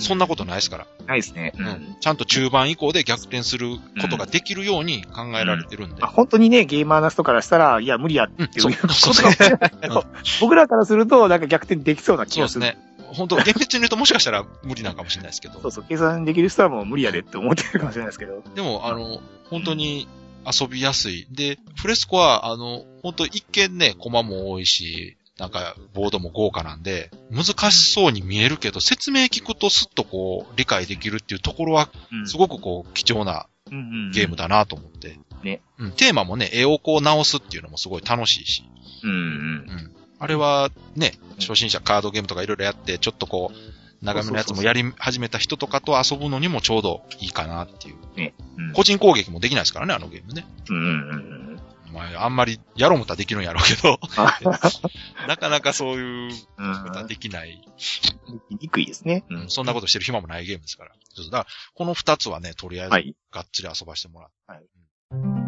[SPEAKER 1] そんなことないですから。
[SPEAKER 2] ないですね。う
[SPEAKER 1] うん
[SPEAKER 2] ん。
[SPEAKER 1] ちゃんと中盤以降で逆転することができるように考えられてるんで
[SPEAKER 2] まあ、。本当にね、ゲーマーな人からしたら、いや、無理やって
[SPEAKER 1] うん、
[SPEAKER 2] い
[SPEAKER 1] そうう
[SPEAKER 2] こと
[SPEAKER 1] そう
[SPEAKER 2] な
[SPEAKER 1] そ
[SPEAKER 2] ん
[SPEAKER 1] う。
[SPEAKER 2] ですけど、僕らからすると、なんか逆転できそうな気
[SPEAKER 1] そう
[SPEAKER 2] が
[SPEAKER 1] ですす
[SPEAKER 2] る。
[SPEAKER 1] ね。本当厳密に言うともしかしたら無理なんかもしれないですけ
[SPEAKER 2] そ
[SPEAKER 1] ど
[SPEAKER 2] う。そう、計算できる人はもう無理やでって思ってるかもしれないですけど。
[SPEAKER 1] でも、あの、本当に遊びやすい。で、フレスコは、あの、本当一見ね、コマも多いし、なんか、ボードも豪華なんで、難しそうに見えるけど、説明聞くとすっとこう、理解できるっていうところは、すごくこう、貴重な
[SPEAKER 2] うん
[SPEAKER 1] ゲームだなと思って。
[SPEAKER 2] ね。
[SPEAKER 1] うん、テーマもね、絵をこう直すっていうのもすごい楽しいし。
[SPEAKER 2] うんうん。
[SPEAKER 1] うん。あれはね、初心者カードゲームとかいろいろやって、ちょっとこう、長めのやつもやり始めた人とかと遊ぶのにもちょうどいいかなっていう。
[SPEAKER 2] うん
[SPEAKER 1] 個人攻撃もできないですからね、あのゲームね。
[SPEAKER 2] うんうん
[SPEAKER 1] まあ、あんまりやろうもったらできるんやろうけ ど、
[SPEAKER 2] あ
[SPEAKER 1] なかなかそういう
[SPEAKER 2] うん
[SPEAKER 1] ことはできない、
[SPEAKER 2] うん。にくいですね。
[SPEAKER 1] うんそんなことしてる暇もないゲームですから。そうそうだから、この二つはね、とりあえず
[SPEAKER 2] は、い。
[SPEAKER 1] がっつり遊ばしてもらう。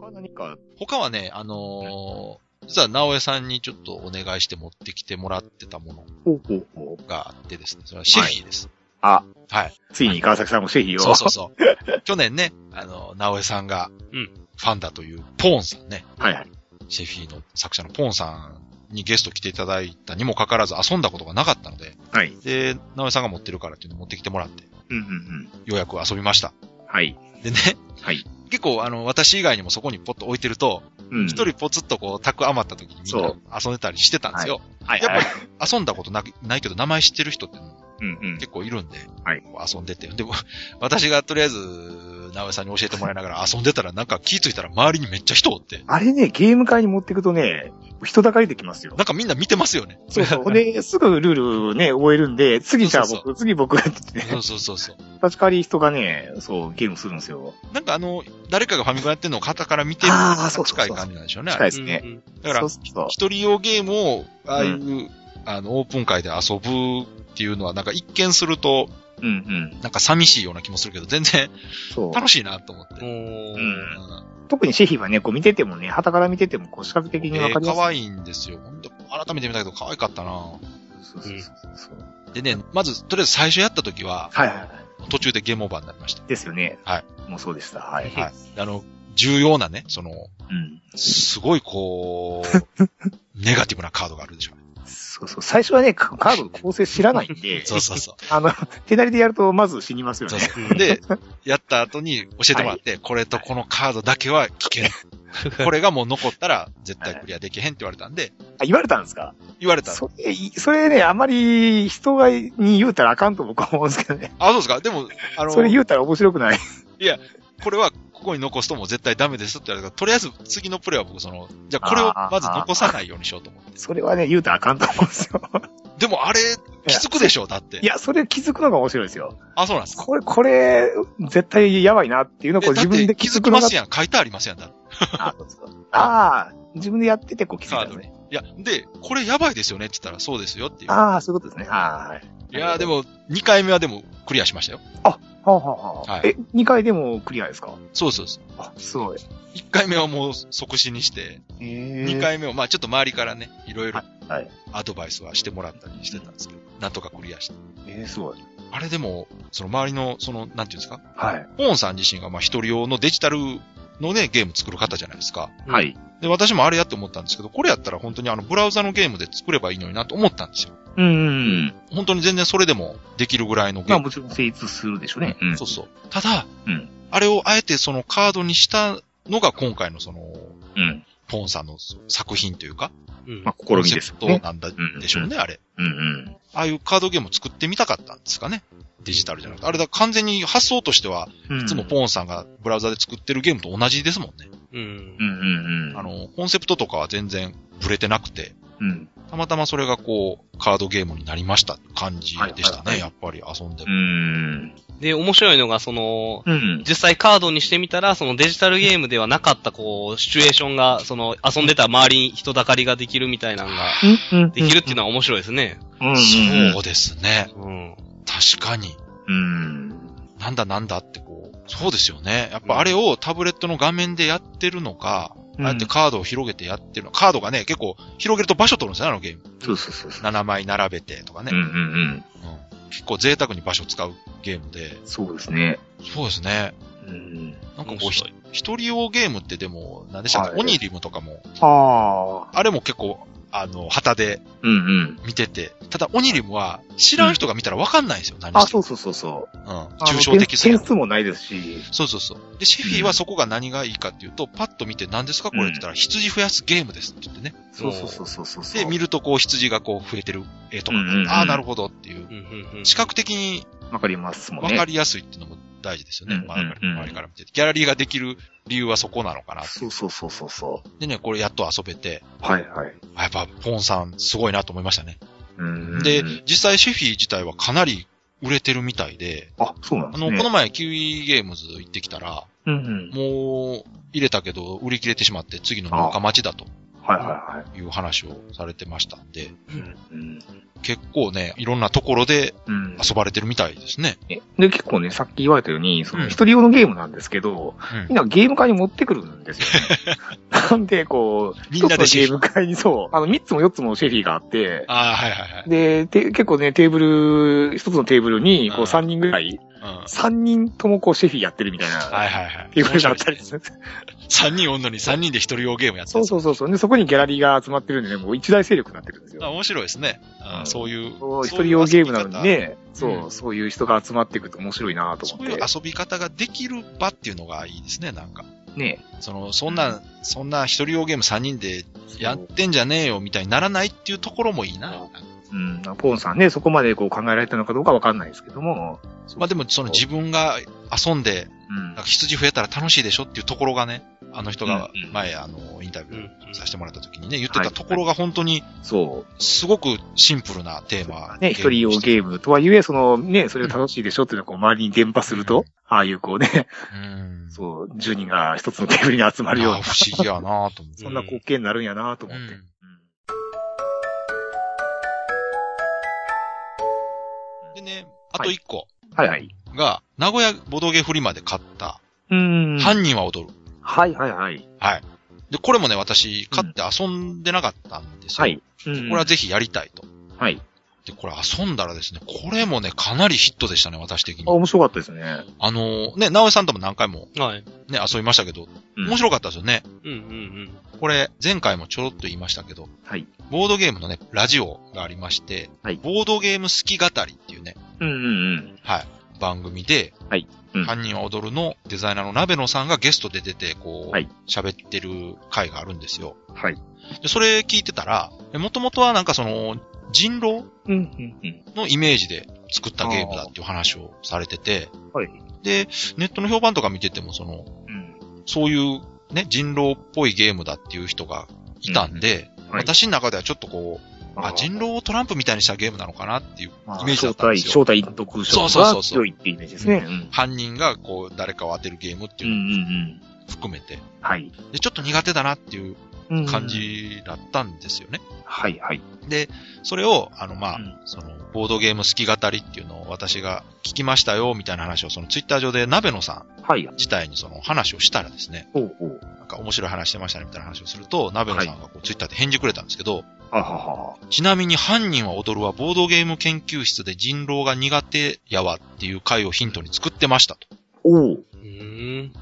[SPEAKER 2] 他何か、
[SPEAKER 1] 他はね、あのー実は直江さんにちょっとお願いして持ってきてもらってたもの
[SPEAKER 2] ほうほうほう。
[SPEAKER 1] があってですね、それはシェフィーです。
[SPEAKER 2] あ、
[SPEAKER 1] はい
[SPEAKER 2] ついに川崎さんもシェヒを。
[SPEAKER 1] そうそうそう。 去年ね、あの、直江さんが、
[SPEAKER 3] うん
[SPEAKER 1] ファンだという、ポーンさんね、
[SPEAKER 2] はいはい。
[SPEAKER 1] シェフィーの作者のポーンさんにゲスト来ていただいたにもかかわらず遊んだことがなかったので、
[SPEAKER 2] はい。
[SPEAKER 1] で、直江さんが持ってるからっていうのを持ってきてもらって、よ
[SPEAKER 2] うんうん
[SPEAKER 1] うやく遊びました。
[SPEAKER 2] うん。はい。
[SPEAKER 1] でね、
[SPEAKER 2] はい。
[SPEAKER 1] 結構あの、私以外にもそこにポッと置いてると、
[SPEAKER 2] うん。
[SPEAKER 1] 一、人ポツッとこう、宅余った時にみん
[SPEAKER 2] そ
[SPEAKER 1] な
[SPEAKER 2] う
[SPEAKER 1] 遊んでたりしてたんですよ。
[SPEAKER 2] はい
[SPEAKER 1] やっぱ
[SPEAKER 2] はい。
[SPEAKER 1] 遊んだことなないけど名前知ってる人っていうの
[SPEAKER 2] うんうん。
[SPEAKER 1] 結構いるんで、
[SPEAKER 2] はい
[SPEAKER 1] 遊んでて。で、わ私がとりあえず、直江さんに教えてもらいながら遊んでたら、なんか気ぃついたら周りにめっちゃ人おって、
[SPEAKER 2] あれね、ゲーム会に持っていくとね、人だかりできますよ
[SPEAKER 1] な。んかみんな見てますよね。
[SPEAKER 2] そう そう。で、すぐルールね、覚えるんで、次じゃあ
[SPEAKER 1] そうそう
[SPEAKER 2] 僕、次僕がって言って
[SPEAKER 1] そ
[SPEAKER 2] ね
[SPEAKER 1] うそうそうそう。
[SPEAKER 2] 立ち代わり人がね、そう、ゲームするんですよ。
[SPEAKER 1] なんかあの、誰かがファミコンやってるのを肩から見てる
[SPEAKER 2] あーそうそうそ
[SPEAKER 1] 近
[SPEAKER 2] う
[SPEAKER 1] い感じなんでしょうね。あ
[SPEAKER 2] 近
[SPEAKER 1] れ
[SPEAKER 2] いですね。
[SPEAKER 3] うん
[SPEAKER 1] だから
[SPEAKER 2] そう、そうそう。
[SPEAKER 1] 一人用ゲームを、ああいう、あの、オープン会で遊ぶっていうのは、なんか一見すると、
[SPEAKER 2] うんうん。
[SPEAKER 1] なんか寂しいような気もするけど、全然
[SPEAKER 2] そう。
[SPEAKER 1] 楽しいなと思って。
[SPEAKER 3] うんおー
[SPEAKER 1] う
[SPEAKER 2] うん
[SPEAKER 1] ん
[SPEAKER 2] 特にシェヒはね、こう見ててもね、旗から見てても、こう視覚的にわ
[SPEAKER 1] え
[SPEAKER 2] か
[SPEAKER 1] ー
[SPEAKER 2] りやすい。
[SPEAKER 1] 可愛いんですよ。ほんと改めて見たけど可愛かったな
[SPEAKER 2] そうそうそうそう。
[SPEAKER 1] でね、まず、とりあえず最初やった時は、
[SPEAKER 2] はいはいはい。
[SPEAKER 1] 途中でゲームオーバーになりました。
[SPEAKER 2] ですよね。
[SPEAKER 1] はい。
[SPEAKER 2] もうそうでした。はい。
[SPEAKER 1] はい。あの、重要なね、その、
[SPEAKER 2] うん。
[SPEAKER 1] すごいこ う、ネガティブなカードがあるでしょうね。
[SPEAKER 2] そうそう。最初はね、カカードの構成知らないん で、
[SPEAKER 1] そうそうそう。
[SPEAKER 2] あの、手なりでやるとまず死にますよ
[SPEAKER 1] そ
[SPEAKER 2] ね
[SPEAKER 1] う。そうう。
[SPEAKER 3] ん
[SPEAKER 1] で、やった後に教えてもらって、これとこのカードだけは危険。これがもう残ったら絶対クリアできへんって言われたんで、
[SPEAKER 2] あ、言われたんですか
[SPEAKER 1] 言われた。
[SPEAKER 2] それ、いそれね、あまり人がに言うたらあかんと僕は思うんですけどね。
[SPEAKER 1] あ、そうですかでも、あの、
[SPEAKER 2] それ言うたら面白くない。
[SPEAKER 1] これはここに残すともう絶対ダメですって言われたから、とりあえず次のプレイは僕その、じゃあこれをまず残さないようにしようと思って。
[SPEAKER 2] それはね、言うたらあかんと思うんですよ。
[SPEAKER 1] でもあれ、 気づくでしょだって
[SPEAKER 2] い。や、それ気づくのが面白いですよ。
[SPEAKER 1] あ、そうなんですか
[SPEAKER 2] これ、これ、絶対やばいなっていうのをこう
[SPEAKER 1] えだ
[SPEAKER 2] 自
[SPEAKER 1] っ
[SPEAKER 2] 分
[SPEAKER 1] て
[SPEAKER 2] で
[SPEAKER 1] 気
[SPEAKER 2] 気
[SPEAKER 1] づ
[SPEAKER 2] づ
[SPEAKER 1] き
[SPEAKER 2] くの
[SPEAKER 1] ま
[SPEAKER 2] が
[SPEAKER 1] すやん。書いてありますやん。だって
[SPEAKER 2] あそうそうあー、自分でやっててこう気づい
[SPEAKER 1] カ
[SPEAKER 2] た
[SPEAKER 1] ード
[SPEAKER 2] の
[SPEAKER 1] に
[SPEAKER 2] ね。。
[SPEAKER 1] いや、で、これやばいですよねって言ったらそうですよっていう。
[SPEAKER 2] ああ、そういうことですね。はい
[SPEAKER 1] やーでも、2回目はでもクリアしましたよ。
[SPEAKER 2] い。はあ、はあはあ
[SPEAKER 1] はい
[SPEAKER 2] え、2回でもクリアですか
[SPEAKER 1] そうそうそう。
[SPEAKER 2] あ、すごい。
[SPEAKER 1] 1回目はもう即死にして、
[SPEAKER 2] 2
[SPEAKER 1] 2。回目を、まあちょっと周りからね、いろいろ
[SPEAKER 2] はい。
[SPEAKER 1] アドバイスはしてもらったりしてたんですけど、なんとかクリアして。
[SPEAKER 2] えー、すごい。
[SPEAKER 1] あれでも、その周りの、その、なんていうんですか
[SPEAKER 2] はい。
[SPEAKER 1] ポーンさん自身がまあ一人用のデジタルのね、ゲーム作る方じゃないですか。
[SPEAKER 3] うん
[SPEAKER 2] はい。
[SPEAKER 1] で、私もあれやって思ったんですけど、これやったら本当にあの、ブラウザのゲームで作ればいいのになと思ったんですよ。
[SPEAKER 2] うんうん。
[SPEAKER 1] 本当に全然それでもできるぐらいのゲ
[SPEAKER 2] まあ
[SPEAKER 1] ーム。
[SPEAKER 2] もちろん成立するでしょうね。うん
[SPEAKER 1] そうそう。ただ、
[SPEAKER 2] うん
[SPEAKER 1] あれをあえてそのカードにしたのが今回のその、
[SPEAKER 2] うん。
[SPEAKER 1] ポーンさんの作品というか、
[SPEAKER 3] うん
[SPEAKER 2] まあ、試み
[SPEAKER 1] セ
[SPEAKER 2] で
[SPEAKER 1] プ
[SPEAKER 2] す
[SPEAKER 1] ト
[SPEAKER 2] ね。
[SPEAKER 1] なんだでしょうね、あれ。
[SPEAKER 2] うんうん。
[SPEAKER 1] ああいうカードゲームを作ってみたかったんですかね。デジタルじゃなくて。あれだ、完全に発想としては、
[SPEAKER 2] うん
[SPEAKER 1] いつもポーンさんがブラウザで作ってるゲームと同じですもんね。
[SPEAKER 3] うん
[SPEAKER 2] うんうんうん。
[SPEAKER 1] あ、の、コンセプトとかは全然ブレてなくて、
[SPEAKER 2] うん。
[SPEAKER 1] たまたまそれがこう、カードゲームになりましたって感じでしたね、
[SPEAKER 2] はいはいはい
[SPEAKER 1] やっぱり遊んで
[SPEAKER 2] う
[SPEAKER 1] も。
[SPEAKER 2] ん。
[SPEAKER 3] で、面白いのが、その、
[SPEAKER 2] うん。
[SPEAKER 3] 実際カードにしてみたら、そのデジタルゲームではなかった、こう、シチュエーションが、その、遊んでた周りに人だかりができるみたいなのが、
[SPEAKER 2] うん。
[SPEAKER 3] できるっていうのは面白いですね。
[SPEAKER 2] うんうん。
[SPEAKER 1] そうですね。
[SPEAKER 3] うん。
[SPEAKER 1] 確かに。
[SPEAKER 2] うん。
[SPEAKER 1] なんだなんだってこう。そうですよね。やっぱあれをタブレットの画面でやってるのか、ああやってカードを広げてやってるのか、カードがね、結構広げると場所取るんですよね、あのゲーム。
[SPEAKER 2] そうそうそうそう。
[SPEAKER 1] 7枚並べてとかね
[SPEAKER 2] うん。うんうん。
[SPEAKER 1] うん結構贅沢に場所使うゲームで。
[SPEAKER 2] そうですね。
[SPEAKER 1] そうですね。
[SPEAKER 2] うん。
[SPEAKER 1] なんかこう
[SPEAKER 3] 面、
[SPEAKER 1] ひ
[SPEAKER 3] 白い。
[SPEAKER 1] 一人用ゲームってでも、何でしたっけ、
[SPEAKER 2] はい
[SPEAKER 1] オニリムとかも、
[SPEAKER 2] ああ。
[SPEAKER 1] あれも結構、あの、旗で
[SPEAKER 2] うんうん。
[SPEAKER 1] 見てて、ただオニリムは知らん人が見たらわかんないんですよ、何
[SPEAKER 2] あ、
[SPEAKER 1] して
[SPEAKER 2] そ
[SPEAKER 1] る
[SPEAKER 2] うそうそうそ
[SPEAKER 1] う
[SPEAKER 2] う。
[SPEAKER 1] ん。
[SPEAKER 2] あの
[SPEAKER 1] 抽象的すぎ
[SPEAKER 2] 点
[SPEAKER 1] る
[SPEAKER 2] 点。数もないですし。
[SPEAKER 1] そうそうそう。で、シェフィーはそこが何がいいかっていうと、パッと見て何ですかこれって言ったら、羊増やすゲームですって言ってね。
[SPEAKER 2] そうそうそうそうそう。
[SPEAKER 1] で、見るとこう羊がこう増えてる絵とか
[SPEAKER 2] うんうんうん
[SPEAKER 1] ああ、なるほどっていう
[SPEAKER 3] う。んうんうん。
[SPEAKER 1] 視覚的に
[SPEAKER 2] わかりますもん
[SPEAKER 1] わ
[SPEAKER 2] ね。
[SPEAKER 1] かりやすいっていうのも大事ですよね。
[SPEAKER 2] うん
[SPEAKER 1] まあだから
[SPEAKER 2] うんうん
[SPEAKER 1] 周りから見てて。ギャラリーができる理由はそこなのかな。
[SPEAKER 2] そうそうそうそうそ
[SPEAKER 1] でね、これやっと遊べて、
[SPEAKER 2] う。はいはい。
[SPEAKER 1] あやっぱポンさんすごいなと思いましたね。
[SPEAKER 2] うんうん
[SPEAKER 1] で、実際シェフィー自体はかなり売れてるみたいで、
[SPEAKER 2] あ、そうなん
[SPEAKER 1] あ
[SPEAKER 2] で
[SPEAKER 1] の、
[SPEAKER 2] すね。
[SPEAKER 1] この前キウイゲームズ行ってきたら、
[SPEAKER 2] うんうん。
[SPEAKER 1] もう入れたけど売り切れてしまって次の農家待ちだと
[SPEAKER 2] はいは
[SPEAKER 1] いう話をされてましたんで、
[SPEAKER 2] いはい。うん
[SPEAKER 1] 結構ね、いろんなところで
[SPEAKER 2] うん。
[SPEAKER 1] 遊ばれてるみたいですね。
[SPEAKER 2] えで、結構ね、さっき言われたように、そ
[SPEAKER 1] うん
[SPEAKER 2] の、一人用のゲームなんですけ
[SPEAKER 1] う
[SPEAKER 2] ど、みん
[SPEAKER 1] ん。
[SPEAKER 2] なゲーム会に持ってくるんですよ ね。なんで、こう、
[SPEAKER 1] みんなで
[SPEAKER 2] 一つ
[SPEAKER 1] シ
[SPEAKER 2] の
[SPEAKER 1] ェ
[SPEAKER 2] ゲ
[SPEAKER 1] フ
[SPEAKER 2] ーム会にそう、あの、三つも四つもシェフィーがあって、
[SPEAKER 1] ああ、はいはいはい。
[SPEAKER 2] で、て結構ね、テーブル、一つのテーブルに、こ
[SPEAKER 1] うん
[SPEAKER 2] う、三人ぐらい、
[SPEAKER 1] うん。
[SPEAKER 2] 三人ともこう、シェフィーやってるみたいな。
[SPEAKER 1] はいはいはい。
[SPEAKER 2] テーブルがあったりする。
[SPEAKER 1] 3人おんのに3人で一人用ゲームやって
[SPEAKER 2] そうそうそうそう。で、そこにギャラリーが集まってるんでね、もう一大勢力になってるんです
[SPEAKER 1] あ
[SPEAKER 2] よ。
[SPEAKER 1] 面白いですね。あ
[SPEAKER 2] うん
[SPEAKER 1] そういう。
[SPEAKER 2] そう一
[SPEAKER 1] そう
[SPEAKER 2] 人
[SPEAKER 1] いう
[SPEAKER 2] 用ゲームなのにね、
[SPEAKER 1] そういう遊び方
[SPEAKER 2] そう、そういう人が集まってくると面白いなと
[SPEAKER 1] 遊び方。そ
[SPEAKER 2] 思
[SPEAKER 1] う
[SPEAKER 2] っ
[SPEAKER 1] いう
[SPEAKER 2] て。
[SPEAKER 1] 遊び方ができる場っていうのがいいですね、なんか。
[SPEAKER 2] ね
[SPEAKER 1] その、そんな、そんな一人用ゲーム3人でやってんじゃねえよみたいにならないっていうところもいいな。
[SPEAKER 2] うん、ポーンさんね、そこまでこう考えられたのかどうかわかんないですけども。
[SPEAKER 1] まあでも、その自分が遊んで、
[SPEAKER 2] うん
[SPEAKER 1] なんか羊増えたら楽しいでしょっていうところがね、あの人が
[SPEAKER 2] うんうん
[SPEAKER 1] 前、あの、インタビ
[SPEAKER 3] う
[SPEAKER 1] ュ
[SPEAKER 3] ん
[SPEAKER 1] ーさせてもらった時にね、言ってたところが本当に
[SPEAKER 2] そ
[SPEAKER 1] すごくシンプルなテーマ
[SPEAKER 2] う。。ね、一人用
[SPEAKER 1] ー
[SPEAKER 2] ゲームとはいえ、そのね、それが楽しいでしょっていうのをこう周りに伝播すると、ああいうこうね、
[SPEAKER 1] ム。うん。う。
[SPEAKER 2] そう、10人が一つのテーブルに集ま
[SPEAKER 1] あ
[SPEAKER 2] る
[SPEAKER 1] れ
[SPEAKER 2] よう
[SPEAKER 1] は
[SPEAKER 2] な、
[SPEAKER 1] 不思議やなと思って。
[SPEAKER 2] そんな光景になるんやなと思って。
[SPEAKER 1] うんでね、あと一個
[SPEAKER 2] はいはい。
[SPEAKER 1] が、名古屋ボドゲフリマで買った、
[SPEAKER 2] うんはい
[SPEAKER 1] 犯人は踊る。
[SPEAKER 2] はいはい。
[SPEAKER 1] はい。で、これもね、私、買って遊んでなかったんですよ。
[SPEAKER 2] はい。うん
[SPEAKER 1] これはぜひやりたいと。
[SPEAKER 2] はい。
[SPEAKER 1] で、これ遊んだらですね、これもね、かなりヒットでしたね、私的
[SPEAKER 2] あ、
[SPEAKER 1] に。
[SPEAKER 2] 面白かったですね。
[SPEAKER 1] あのー、ね、直江さんとも何回も
[SPEAKER 3] はい。
[SPEAKER 1] ね、遊びましたけど、
[SPEAKER 2] うん
[SPEAKER 1] 面白かったですよね。
[SPEAKER 3] うんうん
[SPEAKER 1] これ、前回もちょろっと言いましたけど、
[SPEAKER 2] はい。
[SPEAKER 1] ボードゲームのね、ラジオがありまして、
[SPEAKER 2] はい
[SPEAKER 1] ボードゲーム好き語りっていうね、
[SPEAKER 2] うんうんうん。
[SPEAKER 1] はい、番組で、
[SPEAKER 2] はいうん
[SPEAKER 1] 犯人は踊るのデザイナーの鍋野さんがゲストで出て、こう、
[SPEAKER 2] はい
[SPEAKER 1] 喋ってる回があるんですよ。
[SPEAKER 2] はい。
[SPEAKER 1] で、それ聞いてたら、もともとはなんかその、人狼
[SPEAKER 2] うんうんうん。
[SPEAKER 1] のイメージで作ったゲームだっていう話をされてて、
[SPEAKER 2] はい。
[SPEAKER 1] で、ネットの評判とか見てても、その、
[SPEAKER 2] うん。
[SPEAKER 1] そういうね、人狼っぽいゲームだっていう人がいたんで、
[SPEAKER 2] はい
[SPEAKER 1] 私の中ではちょっとこう、あ、人狼をトランプみたいにしたゲームなのかなっていうイメージだったんですよ。
[SPEAKER 2] 正体、正体インドクーション
[SPEAKER 1] そうそうそうそ
[SPEAKER 2] が
[SPEAKER 1] う
[SPEAKER 2] 強いってイメージですね。うん
[SPEAKER 1] 犯人がこう、誰かを当てるゲームって
[SPEAKER 2] うんう
[SPEAKER 1] いうん
[SPEAKER 2] うん。
[SPEAKER 1] のを含めて、
[SPEAKER 2] はい。
[SPEAKER 1] で、ちょっと苦手だなっていう感。じだったんですよね。
[SPEAKER 2] はいはい。
[SPEAKER 1] で、それを、あの、まあ、
[SPEAKER 2] うん
[SPEAKER 1] その、ボードゲーム好き語りっていうのを私が聞きましたよ、みたいな話を、そのツイッター上で鍋野さん
[SPEAKER 2] はい。
[SPEAKER 1] 自体にその話をしたらですね、
[SPEAKER 2] ほうほう。
[SPEAKER 1] なんか面白い話してましたね、みたいな話をすると、鍋野さんがこうツイッターで返事くれたんですけど、
[SPEAKER 2] あはは。
[SPEAKER 1] ちなみに犯人は踊るはボードゲーム研究室で人狼が苦手やわっていう回をヒントに作ってましたと。
[SPEAKER 2] おう。
[SPEAKER 3] うん。うん。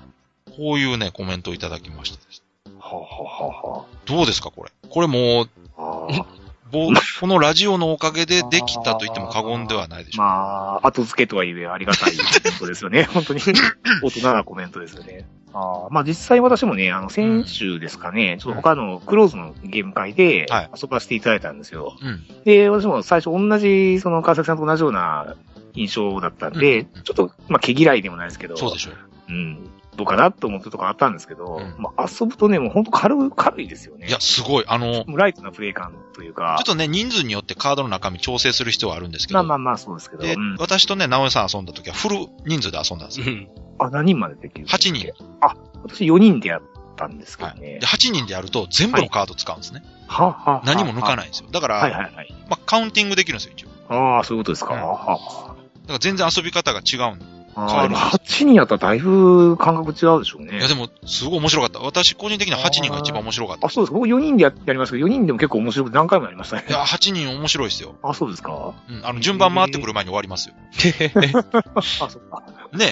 [SPEAKER 1] こういうね、コメントをいただきましたです。
[SPEAKER 2] ははは
[SPEAKER 1] どうですか、これ。これもう、
[SPEAKER 2] は。あー
[SPEAKER 1] ぼこのラジオのおかげでできたと言っても過言ではないでしょう。
[SPEAKER 2] まあ、後付けとはいえありがたいコメントですよね。 本 当に。大人なコメントですよね。あーまあ実際私もね、あの、先週ですかね、ちょっと他のクローズのゲーム会で
[SPEAKER 1] はい
[SPEAKER 2] 遊ばせていただいたんですよ。
[SPEAKER 1] うん。
[SPEAKER 2] で、私も最初同じ、その川崎さんと同じような印象だったんで、
[SPEAKER 1] うん
[SPEAKER 2] ちょっと、まあ、毛嫌いでもないですけど、
[SPEAKER 1] そうでしょう。
[SPEAKER 2] うん、どうかなと思ったとこあったんですけど、
[SPEAKER 1] うん
[SPEAKER 2] まあ、遊ぶとね、もう本当軽い、軽いですよね。
[SPEAKER 1] いや、すごい。あの、ちょ
[SPEAKER 2] もうライトなプレイ感というか
[SPEAKER 1] っ、とね、人数によってカードの中身調整する必要はあるんですけ
[SPEAKER 2] ま
[SPEAKER 1] ど、
[SPEAKER 2] あまあまあ、そうですけど、
[SPEAKER 1] で、
[SPEAKER 2] うん
[SPEAKER 1] 私とね、直江さん遊んだ時はフル人数で遊んだんですよ。
[SPEAKER 2] あ、何人までできる
[SPEAKER 1] 8人。
[SPEAKER 2] 私4人でやったんですけど
[SPEAKER 1] はい。
[SPEAKER 2] ね
[SPEAKER 1] で、。8人でやると全部のカード使うんですね。
[SPEAKER 2] ははは
[SPEAKER 1] 何も抜か
[SPEAKER 2] ない。
[SPEAKER 1] ないんですよ。だか
[SPEAKER 2] はい
[SPEAKER 1] ら、
[SPEAKER 2] はいはい。
[SPEAKER 1] まあ、カウンティングできるんですよ、一応。
[SPEAKER 2] ああ、そういうことですか。
[SPEAKER 1] うん
[SPEAKER 2] はは
[SPEAKER 1] だから全然遊び方が違うんで。変わ
[SPEAKER 2] あ
[SPEAKER 1] り
[SPEAKER 2] ー
[SPEAKER 1] ます
[SPEAKER 2] 8人やったらだいぶ感覚違うでしょうね。
[SPEAKER 1] いや、でも、すごい面白かった。私、個人的には8人が一番面白かった
[SPEAKER 2] あ、。そうですか。僕4人でややりましたけど、4人でも結構面白く何回もやりましたね
[SPEAKER 1] い。や、8人面白いですよ。
[SPEAKER 2] あ、そうです か。
[SPEAKER 1] うん。あの、順番回ってくる前に終わりますよ。
[SPEAKER 2] あ、そっか。
[SPEAKER 1] ね。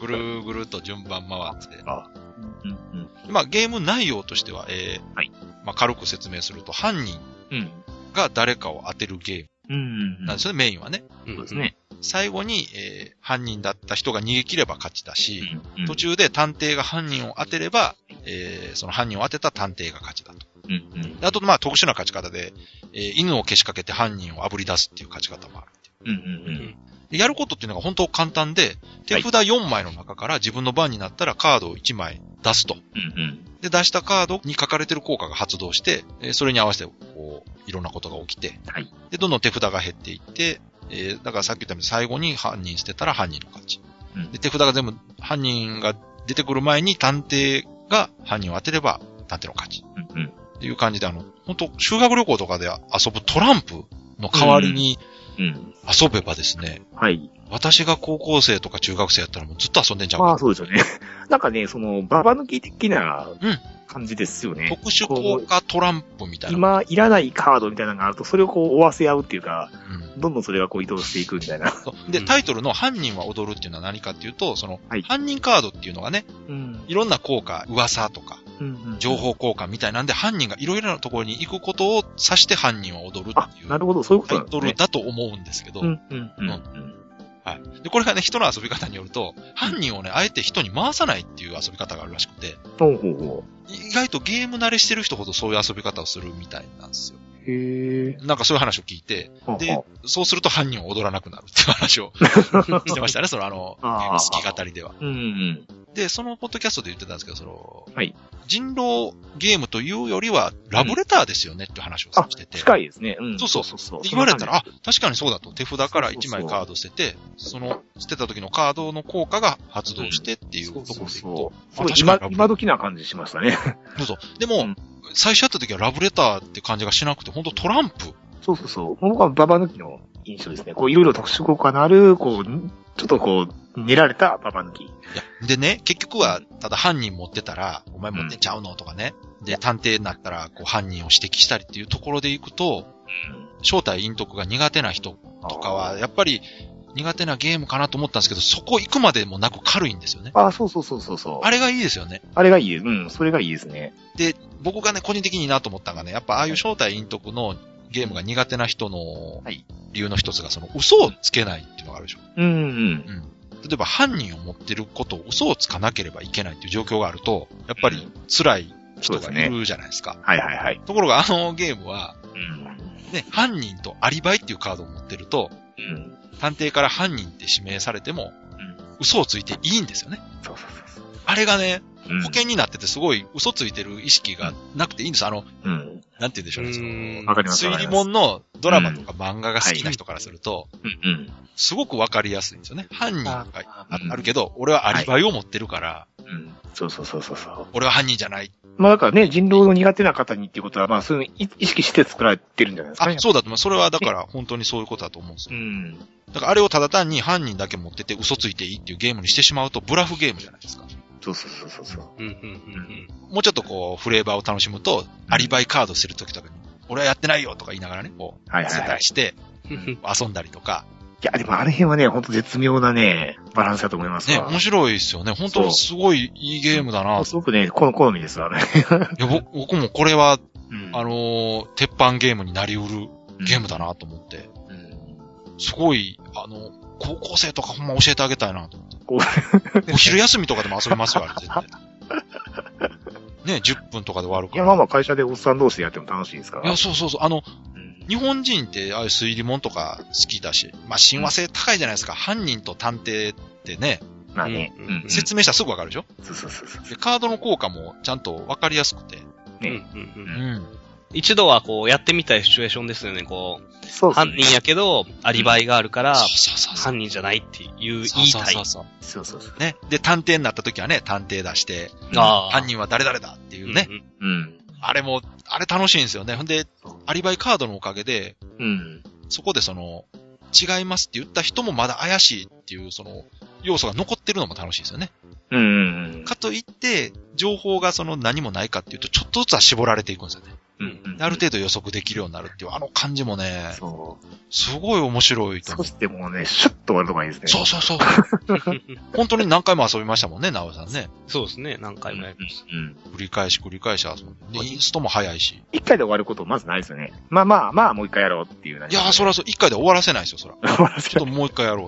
[SPEAKER 1] ぐるーぐるーと順番回って。
[SPEAKER 2] うんうん
[SPEAKER 1] まあ、ゲーム内容としては、えー、
[SPEAKER 2] はい
[SPEAKER 1] まあ、軽く説明すると、犯人
[SPEAKER 2] うん。
[SPEAKER 1] が誰かを当てるゲ
[SPEAKER 2] うんうんう
[SPEAKER 1] ーム
[SPEAKER 2] ん。
[SPEAKER 1] なんですよね、メインはね。
[SPEAKER 3] うん。
[SPEAKER 2] そうですね。
[SPEAKER 1] 最後に、えー、犯人だった人が逃げ切れば勝ちだ
[SPEAKER 2] う
[SPEAKER 1] し、
[SPEAKER 2] んうん
[SPEAKER 1] 途。中で探偵が犯人を当てれば、えー、その犯人を当てた探偵が勝ちだと。
[SPEAKER 2] うんうん
[SPEAKER 1] であと、まあ、特殊な勝ち方で、えー犬をけしかけて犯人を炙り出すっていう勝ち方もある。
[SPEAKER 2] うん
[SPEAKER 3] う
[SPEAKER 2] うんん。
[SPEAKER 1] でやることっていうのが本当簡単で、手札4枚の中から自分の番になったらカードを1枚出すと。
[SPEAKER 2] うんうん。
[SPEAKER 1] で、出したカードに書かれてる効果が発動して、えーそれに合わせて、こう、いろんなことが起きて、
[SPEAKER 2] はい。
[SPEAKER 1] で、どんどん手札が減っていって、えーだからさっき言ったように最後に犯人捨てたら犯人の勝ち
[SPEAKER 2] うん。
[SPEAKER 1] で、手札が全部、犯人が出てくる前に探偵が犯人を当てれば、探偵の勝ち。
[SPEAKER 2] うんうん。
[SPEAKER 1] っていう感じで、あの、本当修学旅行とかで遊ぶトランプの代わりに
[SPEAKER 2] うん。
[SPEAKER 1] 遊べばですね、
[SPEAKER 2] はい。
[SPEAKER 1] 私が高校生とか中学生やったらもうずっと遊んでんちゃうか
[SPEAKER 2] ま
[SPEAKER 1] な
[SPEAKER 2] あそうですよね。なんかね、その、ババ抜き的な
[SPEAKER 1] うん
[SPEAKER 2] 感じですよね。
[SPEAKER 1] 特殊効果トランプみたいな。
[SPEAKER 2] 今、いらないカードみたいなのがあると、それをこう、追わせ合うっていうか、
[SPEAKER 1] うん
[SPEAKER 2] どんどんそれがこう、移動していくみたいな。
[SPEAKER 1] そうで、タイトルの犯人は踊るっていうのは何かっていうと、その、
[SPEAKER 2] はい
[SPEAKER 1] 犯人カードっていうのがね、
[SPEAKER 2] うん
[SPEAKER 1] いろんな効果、噂とか、
[SPEAKER 2] うん
[SPEAKER 1] 情。報交換みたいなんで、犯人がいろいろなところに行くことを指して犯人は踊る
[SPEAKER 2] あ
[SPEAKER 1] ってい、
[SPEAKER 2] な
[SPEAKER 1] う
[SPEAKER 2] るほど、そういうこ
[SPEAKER 1] タ
[SPEAKER 2] とな
[SPEAKER 1] イト
[SPEAKER 2] んです
[SPEAKER 1] ル
[SPEAKER 2] ね。
[SPEAKER 1] だと思うんですけど、
[SPEAKER 2] うんうんうんうん。
[SPEAKER 1] はい。で、これがね、人の遊び方によると、犯人をね、あえて人に回さないっていう遊び方があるらしくて、
[SPEAKER 2] ほうほうほ
[SPEAKER 1] 意外とゲーム慣れしてる人ほどそういう遊び方をするみたいなんですよ。
[SPEAKER 2] う。へえ。
[SPEAKER 1] なんかそういう話を聞いて、
[SPEAKER 2] はあ
[SPEAKER 1] で
[SPEAKER 2] は、
[SPEAKER 1] そうすると犯人を踊らなくなるっていう話 をしてましたね、そのあの、
[SPEAKER 2] あー
[SPEAKER 1] ゲーム好き語りでは。
[SPEAKER 2] あうん。
[SPEAKER 1] で、そのポッドキャストで言ってたんですけど、その、
[SPEAKER 2] はい
[SPEAKER 1] 人狼ゲームというよりは、ラブレターですよねっていう話を
[SPEAKER 2] あ
[SPEAKER 1] してて。
[SPEAKER 2] 近いですね。うん。
[SPEAKER 1] そうそう
[SPEAKER 2] そうそう
[SPEAKER 1] で言われたら、
[SPEAKER 2] あ
[SPEAKER 1] あ、確かにそうだと。手札から
[SPEAKER 2] そう
[SPEAKER 1] 1
[SPEAKER 2] そうそう
[SPEAKER 1] 枚カード捨てて、その、捨てた時のカードの効果が発動してっていうところでい
[SPEAKER 2] そうそう
[SPEAKER 1] く
[SPEAKER 2] そ
[SPEAKER 1] と。
[SPEAKER 2] う。すごい
[SPEAKER 1] あ確かに
[SPEAKER 2] 今
[SPEAKER 1] ラブ、
[SPEAKER 2] 今時な感じしましたね。
[SPEAKER 1] そうそう。で
[SPEAKER 2] う
[SPEAKER 1] も
[SPEAKER 2] ん、
[SPEAKER 1] 最初やった時はラブレターって感じがしなくて、本当トランプ。
[SPEAKER 2] そうそうそう。僕はババ抜きの印象ですね。こう、いろいろ特殊効果のある、こう、ちょっとこう、練られたババ抜き。
[SPEAKER 1] いや、でね、結局は、ただ犯人持ってたら、お前持ってちゃうのとかね。で、探偵になったら、こう、犯人を指摘したりっていうところでいくと、正体隠匿が苦手な人とかは、やっぱり、苦手なゲームかなと思ったんですけど、そこ行くまでもなく軽いんですよね。
[SPEAKER 2] ああ、そうそうそうそうそう。
[SPEAKER 1] あれがいいですよね。
[SPEAKER 2] あれがいい。うん、それがいいですね。
[SPEAKER 1] で、僕がね、個人的にいいなと思ったのがね、やっぱああいう正体隠匿のゲームが苦手な人の
[SPEAKER 2] はい
[SPEAKER 1] 理由の一つが、その嘘をつけないっていうのがあるでしょ。
[SPEAKER 2] うん、うん。
[SPEAKER 1] 例えば犯人を持ってることを嘘をつかなければいけないっていう状況があると、やっぱり辛い
[SPEAKER 2] そう
[SPEAKER 1] 人
[SPEAKER 2] で
[SPEAKER 1] が
[SPEAKER 2] すね
[SPEAKER 1] いるじゃないですか。
[SPEAKER 2] はいはいはい。
[SPEAKER 1] ところがあのゲームは、
[SPEAKER 2] うん。
[SPEAKER 1] ね、犯人とアリバイっていうカードを持ってると、
[SPEAKER 2] うん。
[SPEAKER 1] 探偵から犯人って指名されても、嘘をついていいんですよね。
[SPEAKER 2] そうそうそう
[SPEAKER 1] あれがね、
[SPEAKER 2] そう。うん
[SPEAKER 1] 保険になっててすごい嘘ついてる意識がなくていいんです。あの、
[SPEAKER 2] うん。
[SPEAKER 1] なんて言うんでしょうね。その
[SPEAKER 3] うん
[SPEAKER 2] わかります。
[SPEAKER 1] 推理
[SPEAKER 2] もん
[SPEAKER 1] 本のドラマとか漫画が好きな人からすると、
[SPEAKER 2] うん。
[SPEAKER 1] すごくわかりやすいんですよね。犯人が
[SPEAKER 2] あ
[SPEAKER 1] あ
[SPEAKER 2] うん
[SPEAKER 1] あるけど、俺はアリバイを持ってるから、
[SPEAKER 2] うん。そうそうそうそうそう。
[SPEAKER 1] 俺は犯人じゃない。
[SPEAKER 2] まあだからね、人狼の苦手な方にっていうことは、まあそういうの意識して作られてるんじゃないですか
[SPEAKER 1] あ
[SPEAKER 2] ね。、
[SPEAKER 1] そうだと思う。それはだから本当にそういうことだと思うんです
[SPEAKER 2] う
[SPEAKER 1] よ。
[SPEAKER 2] ん。
[SPEAKER 1] だからあれをただ単に犯人だけ持ってて嘘ついていいっていうゲームにしてしまうとブラフゲームじゃないですか。
[SPEAKER 2] そうそうそうそうそう。
[SPEAKER 3] うん、うん、
[SPEAKER 1] もうちょっとこうフレーバーを楽しむと、アリバイカードするときとかに、俺はやってないよとか言いながらね、こう、
[SPEAKER 2] はいはい
[SPEAKER 1] 捨て
[SPEAKER 2] は
[SPEAKER 1] た
[SPEAKER 2] い
[SPEAKER 1] り。して
[SPEAKER 3] うんうん。
[SPEAKER 1] 遊んだりとか。
[SPEAKER 2] いや、でもあの辺はね、ほんと絶妙なね、バランスだと思います
[SPEAKER 1] ね、
[SPEAKER 2] わ。
[SPEAKER 1] 面白いですよね。本当すごいいいゲームだな
[SPEAKER 2] すごくね、この好みですわね。
[SPEAKER 1] いや僕僕もこれは
[SPEAKER 2] うん
[SPEAKER 1] あのー鉄板ゲームになりうるゲームだなと思って、
[SPEAKER 2] うん
[SPEAKER 1] すごい、あの、高校生とかほんま教えてあげたいなと思
[SPEAKER 2] こう
[SPEAKER 1] って。お昼休みとかでも遊びますよ、あれ絶対。ね、10分とかで終わるか
[SPEAKER 2] い
[SPEAKER 1] ら。
[SPEAKER 2] や、まあまあ会社でおっさん同士でやっても楽しいですか
[SPEAKER 1] い
[SPEAKER 2] ら
[SPEAKER 1] や、。そうそうそう。あの、
[SPEAKER 2] うん
[SPEAKER 1] 日本人って、ああいう推理物とか好きだし、まあ、親和性高いじゃないですか。犯人と探偵ってね、
[SPEAKER 2] まあね。
[SPEAKER 3] うん
[SPEAKER 2] うん
[SPEAKER 1] 説明したらすぐわかるでしょ、
[SPEAKER 2] そうそうそうそう。
[SPEAKER 1] で、カードの効果もちゃんとわかりやすくて。
[SPEAKER 3] うん
[SPEAKER 2] ね。
[SPEAKER 3] うん
[SPEAKER 1] う
[SPEAKER 3] うん
[SPEAKER 1] ん。
[SPEAKER 3] 一度はこう、やってみたいシチュエーションですよね、こう。
[SPEAKER 2] そうです
[SPEAKER 3] 犯
[SPEAKER 2] ね
[SPEAKER 3] 人やけど、アリバイがあるから、
[SPEAKER 1] そうそうそうそう。
[SPEAKER 3] 犯人じゃないっていう言い
[SPEAKER 1] そうそう
[SPEAKER 3] たい
[SPEAKER 1] そう。そう。
[SPEAKER 2] そうそうそう。
[SPEAKER 1] ね。で、探偵になった時はね、探偵出して、
[SPEAKER 3] ああ
[SPEAKER 1] 犯人は誰々だっていうね。
[SPEAKER 3] うんうん
[SPEAKER 2] うん。
[SPEAKER 1] あれも、あれ楽しいんですよね。ほんで、アリバイカードのおかげで、
[SPEAKER 2] うん。
[SPEAKER 1] そこでその、違いますって言った人もまだ怪しいっていう、その、要素が残ってるのも楽しいですよね。
[SPEAKER 2] うんうん
[SPEAKER 1] かといって、情報がその何もないかっていうと、ちょっとずつは絞られていくんですよね。
[SPEAKER 2] うん。うん
[SPEAKER 1] ある程度予測できるようになるっていう、あの感じもね、
[SPEAKER 2] そう。
[SPEAKER 1] すごい面白いと
[SPEAKER 2] 少
[SPEAKER 1] 思う。
[SPEAKER 2] しでもね、シュッと終わるのがいいですね。
[SPEAKER 1] そうそうそう。本当に何回も遊びましたもんね、なおさんね。
[SPEAKER 3] そうですね、何回もやりまし
[SPEAKER 2] うん。
[SPEAKER 1] 繰り返し繰り返し遊んで。でインストも早いし。
[SPEAKER 2] 一回で終わることまずないですよね。まあまあまあ、もう一回やろうっていう。
[SPEAKER 1] いやー、そらそう、一回で終わらせないですよ、そら。
[SPEAKER 2] 終わらせ
[SPEAKER 1] ちょっともう一回やろう。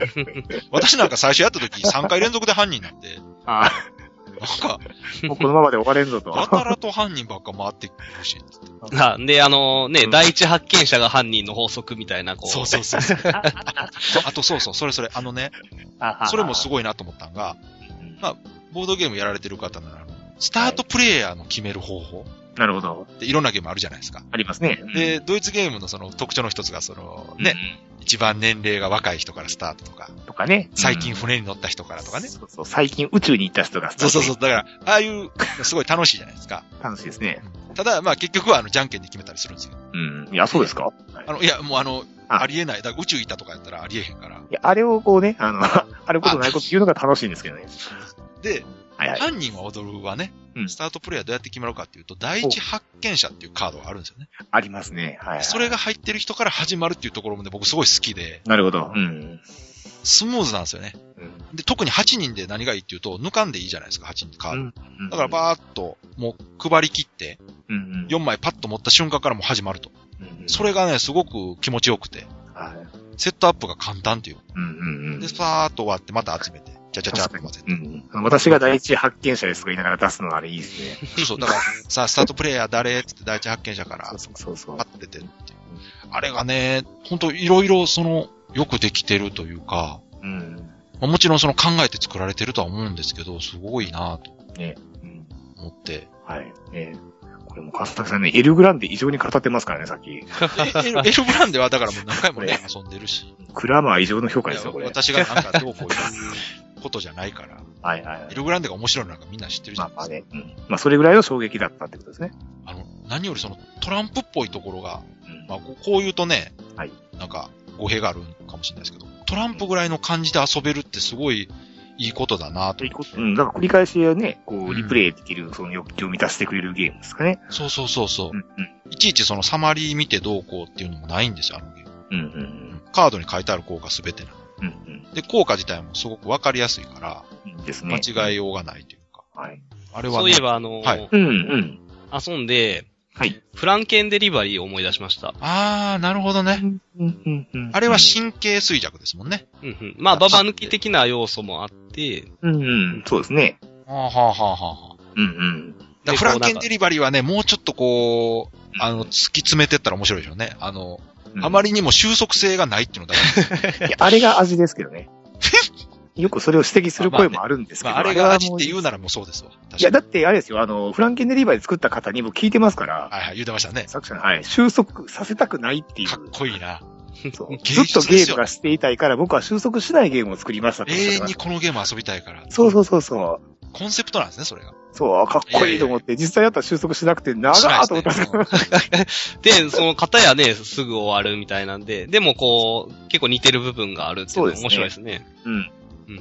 [SPEAKER 1] 私なんか最初やった時3回連続で犯人なんで、
[SPEAKER 2] あ
[SPEAKER 1] なんか、
[SPEAKER 2] あ、もうこのままで終われんぞと。
[SPEAKER 1] やたらと犯人ばっか回ってくるし。
[SPEAKER 3] た。あで、あのね、
[SPEAKER 2] うん
[SPEAKER 3] 第一発見者が犯人の法則みたいな、こう。
[SPEAKER 1] そうそうそうそう。あとそうそう、それそれ、あのね、それもす
[SPEAKER 2] ご
[SPEAKER 1] ごいなと思ったんが、
[SPEAKER 2] い
[SPEAKER 1] まあボードゲームやられてる方なら、スタートプレイヤーの決める方法
[SPEAKER 2] なるほど。
[SPEAKER 1] っていろんなゲームあるじゃないですか。
[SPEAKER 2] ありますね。
[SPEAKER 1] で、ドイツゲームのその特徴の一つが、その
[SPEAKER 2] うん、
[SPEAKER 1] ね、一番年齢が若い人からスタートとか、
[SPEAKER 2] とかね。
[SPEAKER 1] 最近
[SPEAKER 2] か
[SPEAKER 1] 船に乗った人からとかね。
[SPEAKER 2] そうそう、最近宇宙に行った人が、
[SPEAKER 1] そうそうそう。だから、ああいう、すごい楽しいじゃないですか。
[SPEAKER 2] 楽しいですね。
[SPEAKER 1] ただ、まあ結局はあの、じゃんけんで決めたりするんですよ。
[SPEAKER 2] うん。いや、そうですかはい
[SPEAKER 1] あの、いや、もうあの、
[SPEAKER 2] あ
[SPEAKER 1] ありえない。だから宇宙いたとかやったらありえへんから。
[SPEAKER 2] いや、あれをこうね、あの、 あることないこと言うのが楽しいんですけどね。
[SPEAKER 1] で、
[SPEAKER 2] はいはい。
[SPEAKER 1] 犯人は踊るはね
[SPEAKER 2] う、ん
[SPEAKER 1] スタートプレイヤーどうやって決まるかっていうと、第一発見者っていうカードがあるんですよね。
[SPEAKER 2] ありますね。はい、はい。
[SPEAKER 1] それが。入ってる人から始まるっていうところもね、僕すごい好きで、
[SPEAKER 2] なるほど。うん。
[SPEAKER 1] スムーズなんですよね。で、特に8人で何がいいっていうと、抜かんでいいじゃないですか、8人カード。
[SPEAKER 2] うん
[SPEAKER 1] だから、バーッと、もう配り切って、
[SPEAKER 2] うん。
[SPEAKER 1] 4枚パッと持った瞬間からもう始まると。
[SPEAKER 2] うん、
[SPEAKER 1] それがね、すごく気持ちよくて。
[SPEAKER 2] はい。
[SPEAKER 1] セットアップが簡単っていう。
[SPEAKER 2] うんうんうん。
[SPEAKER 1] で、さーっと終わって、また集めて、ちゃちゃちゃっと混ぜて。
[SPEAKER 2] うんうん、私が第一発見者ですとか言いながら出すのはあれいいですね。
[SPEAKER 1] そうそう、だから、さあ、スタートプレイヤー誰って言って第一発見者から
[SPEAKER 2] そう、そうそう
[SPEAKER 1] パ。ッと出てるっていう。あれがね、ほんといろいろその、よくできてるというか、
[SPEAKER 2] うん。
[SPEAKER 1] まあもちろんその考えて作られてるとは思うんですけど、すごいなと
[SPEAKER 2] ね。うん、
[SPEAKER 1] 思って。
[SPEAKER 2] はい。ねこれも川崎さんね、エルグランデ異常に語ってますからね、さっき。
[SPEAKER 1] エルエルブランデはだからもう何回もね、遊んでるし。
[SPEAKER 2] クラーマー異常の評価
[SPEAKER 1] い
[SPEAKER 2] で
[SPEAKER 1] や
[SPEAKER 2] すよ、これ。はい
[SPEAKER 1] 私がなんかどうこういうことじゃない から。
[SPEAKER 2] はいは
[SPEAKER 1] エ
[SPEAKER 2] い。
[SPEAKER 1] ルブランデが面白いのなんかみんな知ってるじゃ
[SPEAKER 2] まあ
[SPEAKER 1] ないで
[SPEAKER 2] ますあ
[SPEAKER 1] か。
[SPEAKER 2] ね。うん。まあそれぐらいの衝撃だったってことですね。
[SPEAKER 1] あの、何よりそのトランプっぽいところが、
[SPEAKER 2] うん。
[SPEAKER 1] まあこうこう言うとね、
[SPEAKER 2] はい
[SPEAKER 1] なんか語弊があるかもしれないですけど、トランプぐらいの感じで遊べるってすごいいいことだなと
[SPEAKER 2] ということうん、だから繰り返しね、こう、リプレイできる、その欲求を満たしてくれるゲームですかね。
[SPEAKER 1] そうそうそうそう
[SPEAKER 2] う。ん、
[SPEAKER 1] いちいちそのサマリー見てどうこうっていうのもないんですよ、あのゲーム。
[SPEAKER 2] うん、うん、うん、
[SPEAKER 1] カードに書いてある効果すべてなの。
[SPEAKER 2] うん、うん
[SPEAKER 1] で、効果自体もすごくわかりやすいから、
[SPEAKER 2] うん。ですね。
[SPEAKER 1] 間違え
[SPEAKER 2] い。
[SPEAKER 1] ようがないというか。
[SPEAKER 2] はい。
[SPEAKER 1] あれはね、
[SPEAKER 3] そういえば、あのー
[SPEAKER 1] はい
[SPEAKER 2] うん、うん。
[SPEAKER 3] 遊んで、
[SPEAKER 2] はい。
[SPEAKER 3] フランケンデリバリーを思い出しました。
[SPEAKER 1] あー、なるほどね。
[SPEAKER 2] うん、うん、うん。
[SPEAKER 1] あれは神経衰弱ですもんね。
[SPEAKER 3] うんうん。まあ、ババ抜き的な要素もあって、
[SPEAKER 2] うん、うん、そうですね。
[SPEAKER 1] はあ、はあはあはあ、
[SPEAKER 2] うん、うん。
[SPEAKER 1] だから
[SPEAKER 3] で
[SPEAKER 1] フランケンデリバリーはね、もうちょっとこう、
[SPEAKER 2] うん
[SPEAKER 1] あの、突き詰めてったら面白いでしょうね。あの、
[SPEAKER 2] うん
[SPEAKER 1] あまりにも収束性がないっていうのだけ。
[SPEAKER 2] いやあれが味ですけど ね。よくそれを指摘する声もあるんですけ
[SPEAKER 1] ま
[SPEAKER 2] ど。
[SPEAKER 1] あ、あれが味っ
[SPEAKER 2] はもう
[SPEAKER 1] て言うならもうそうですわ。確かに
[SPEAKER 2] いや、だってあれですよ、あの、フランケンデリバーで作った方にも聞いてますから、
[SPEAKER 1] はいはい、言ってましたね。
[SPEAKER 2] 作者の、はい、収束させたくないってい
[SPEAKER 1] かっ
[SPEAKER 2] う。
[SPEAKER 1] こいいな。
[SPEAKER 2] そう
[SPEAKER 1] 芸
[SPEAKER 2] ずっ
[SPEAKER 1] 術
[SPEAKER 2] と
[SPEAKER 1] で
[SPEAKER 2] ゲ
[SPEAKER 1] す
[SPEAKER 2] ー
[SPEAKER 1] よ
[SPEAKER 2] ムがしていたいから、僕は収束しないゲームを作りましたっておっしゃ
[SPEAKER 1] 永遠に
[SPEAKER 2] ってました
[SPEAKER 1] このゲーム遊びたいから。
[SPEAKER 2] そうそうそうそう。
[SPEAKER 1] コンセプトなんですね、それが。
[SPEAKER 2] そう、あかっこいいと思って、実際だったら収束しなくて、長
[SPEAKER 1] しない
[SPEAKER 2] ー
[SPEAKER 1] で
[SPEAKER 2] と
[SPEAKER 1] す
[SPEAKER 2] 思
[SPEAKER 1] ね
[SPEAKER 2] ったんですけど。
[SPEAKER 3] で、その方やね、すぐ終わるみたいなんで、でもこう、結構似てる部分があるっていうのが面白いですね。
[SPEAKER 2] うん。
[SPEAKER 3] うんうん。
[SPEAKER 1] い